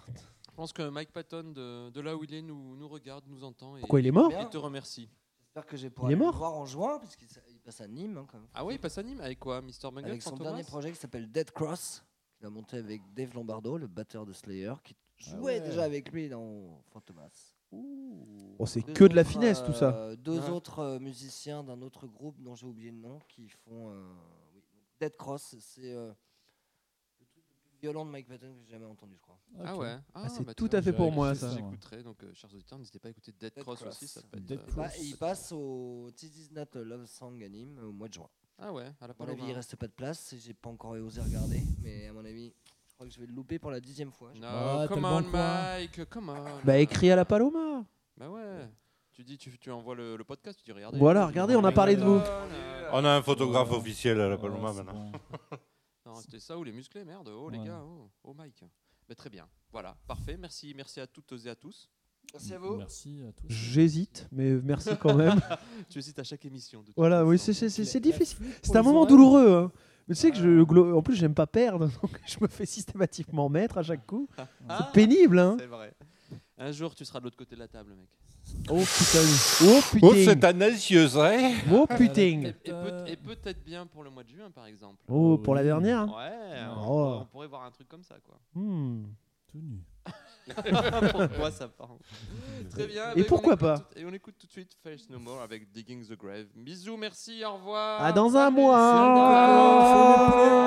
Speaker 1: Je pense que Mike Patton, de, de là où il est, nous, nous regarde, nous entend et,
Speaker 2: Pourquoi il est mort
Speaker 5: Bien.
Speaker 1: et te remercie.
Speaker 5: J'espère que j'ai
Speaker 2: Il
Speaker 5: pouvoir
Speaker 2: est
Speaker 5: le
Speaker 2: mort
Speaker 5: voir en juin, parce qu'il s- il passe à Nîmes hein, quand même.
Speaker 1: Ah oui, il passe à Nîmes avec quoi Mr. Bungle
Speaker 5: Avec son
Speaker 1: Fantomas
Speaker 5: dernier projet qui s'appelle Dead Cross, qu'il a monté avec Dave Lombardo, le batteur de Slayer, qui jouait
Speaker 3: ouais.
Speaker 5: déjà avec lui dans Fantomas.
Speaker 2: Oh, c'est
Speaker 5: Deux
Speaker 2: que de la
Speaker 5: autres,
Speaker 2: finesse, tout ça.
Speaker 5: euh, deux
Speaker 1: Ouais.
Speaker 5: autres euh, musiciens d'un autre groupe dont j'ai oublié le nom qui font euh, oui, Dead Cross. C'est euh, le truc le plus violent de Mike Patton que j'ai jamais entendu, je crois.
Speaker 1: Ah
Speaker 3: Ok.
Speaker 1: ouais,
Speaker 2: Ah, c'est
Speaker 1: bah,
Speaker 2: tout
Speaker 1: tiens,
Speaker 2: à fait pour
Speaker 1: j'ai-
Speaker 2: moi,
Speaker 1: j'ai-
Speaker 2: ça.
Speaker 1: J'écouterai, donc euh, chers auditeurs, n'hésitez pas à écouter Dead
Speaker 5: Dead
Speaker 1: Cross,
Speaker 5: Cross.
Speaker 1: aussi. Ça peut être,
Speaker 3: Dead
Speaker 1: euh,
Speaker 3: Cross.
Speaker 5: Bah, et il passe au This Is Not a Love Song à Nîmes au mois de juin.
Speaker 1: Ah ouais, à la
Speaker 5: À mon avis, il
Speaker 1: Paloma.
Speaker 5: reste pas de place. J'ai pas encore osé regarder, mais à mon avis, je crois que je vais le louper pour la dixième fois.
Speaker 1: No,
Speaker 3: Ah, t'as
Speaker 1: come
Speaker 3: le
Speaker 1: on,
Speaker 3: bon coin.
Speaker 1: Mike, come on.
Speaker 2: Bah, écris à la Paloma.
Speaker 1: Bah ouais. Tu dis, tu, tu envoies le, le podcast, tu dis, regardez.
Speaker 2: Voilà, regardez, on a parlé de vous.
Speaker 4: On a un photographe
Speaker 3: Ouais.
Speaker 4: officiel à la
Speaker 3: Ouais, Ah,
Speaker 4: Paloma
Speaker 3: Oh, c'est
Speaker 4: maintenant.
Speaker 3: bon.
Speaker 1: Non, c'était ça ou les musclés, merde. Oh les
Speaker 3: Ouais.
Speaker 1: gars, oh, oh, Mike. Mais très bien. Voilà, parfait. Merci, merci à toutes et à tous.
Speaker 5: Merci à vous.
Speaker 3: Merci à tous.
Speaker 2: J'hésite, mais merci quand même.
Speaker 1: Tu hésites à chaque émission. de toute
Speaker 2: voilà, oui, c'est-
Speaker 1: façon.
Speaker 2: c'est c'est- c'est
Speaker 3: La-
Speaker 2: difficile.
Speaker 3: la flûte pour
Speaker 2: C'est un
Speaker 3: les
Speaker 2: moment
Speaker 3: oreilles.
Speaker 2: douloureux. hein. Mais tu sais que je, glo- en plus, j'aime pas perdre, donc je me fais systématiquement mettre à chaque coup.
Speaker 1: Ah,
Speaker 2: Pénible, hein
Speaker 1: c'est vrai. Un jour, tu seras de l'autre côté de la table, mec.
Speaker 2: Oh putain. Oh
Speaker 4: Oh,
Speaker 2: putain.
Speaker 4: c'est un anxieusé.
Speaker 2: Oh
Speaker 1: Et,
Speaker 2: putain.
Speaker 1: et peut-
Speaker 3: Euh.
Speaker 1: et peut-être bien pour le mois de juin, par exemple.
Speaker 2: Oh, pour la dernière. hein.
Speaker 1: Ouais,
Speaker 3: Oh.
Speaker 1: on, on pourrait voir un truc comme ça, quoi.
Speaker 2: Hmm.
Speaker 3: Tout nu.
Speaker 1: pourquoi ça part Très bien. ben, on
Speaker 2: pourquoi
Speaker 1: écoute
Speaker 2: pas
Speaker 1: tout- Et on écoute tout de suite Face No More avec Digging the Grave. Bisous, merci, au revoir.
Speaker 2: À dans un
Speaker 1: Salut,
Speaker 2: mois.
Speaker 3: Oh.
Speaker 2: Ah.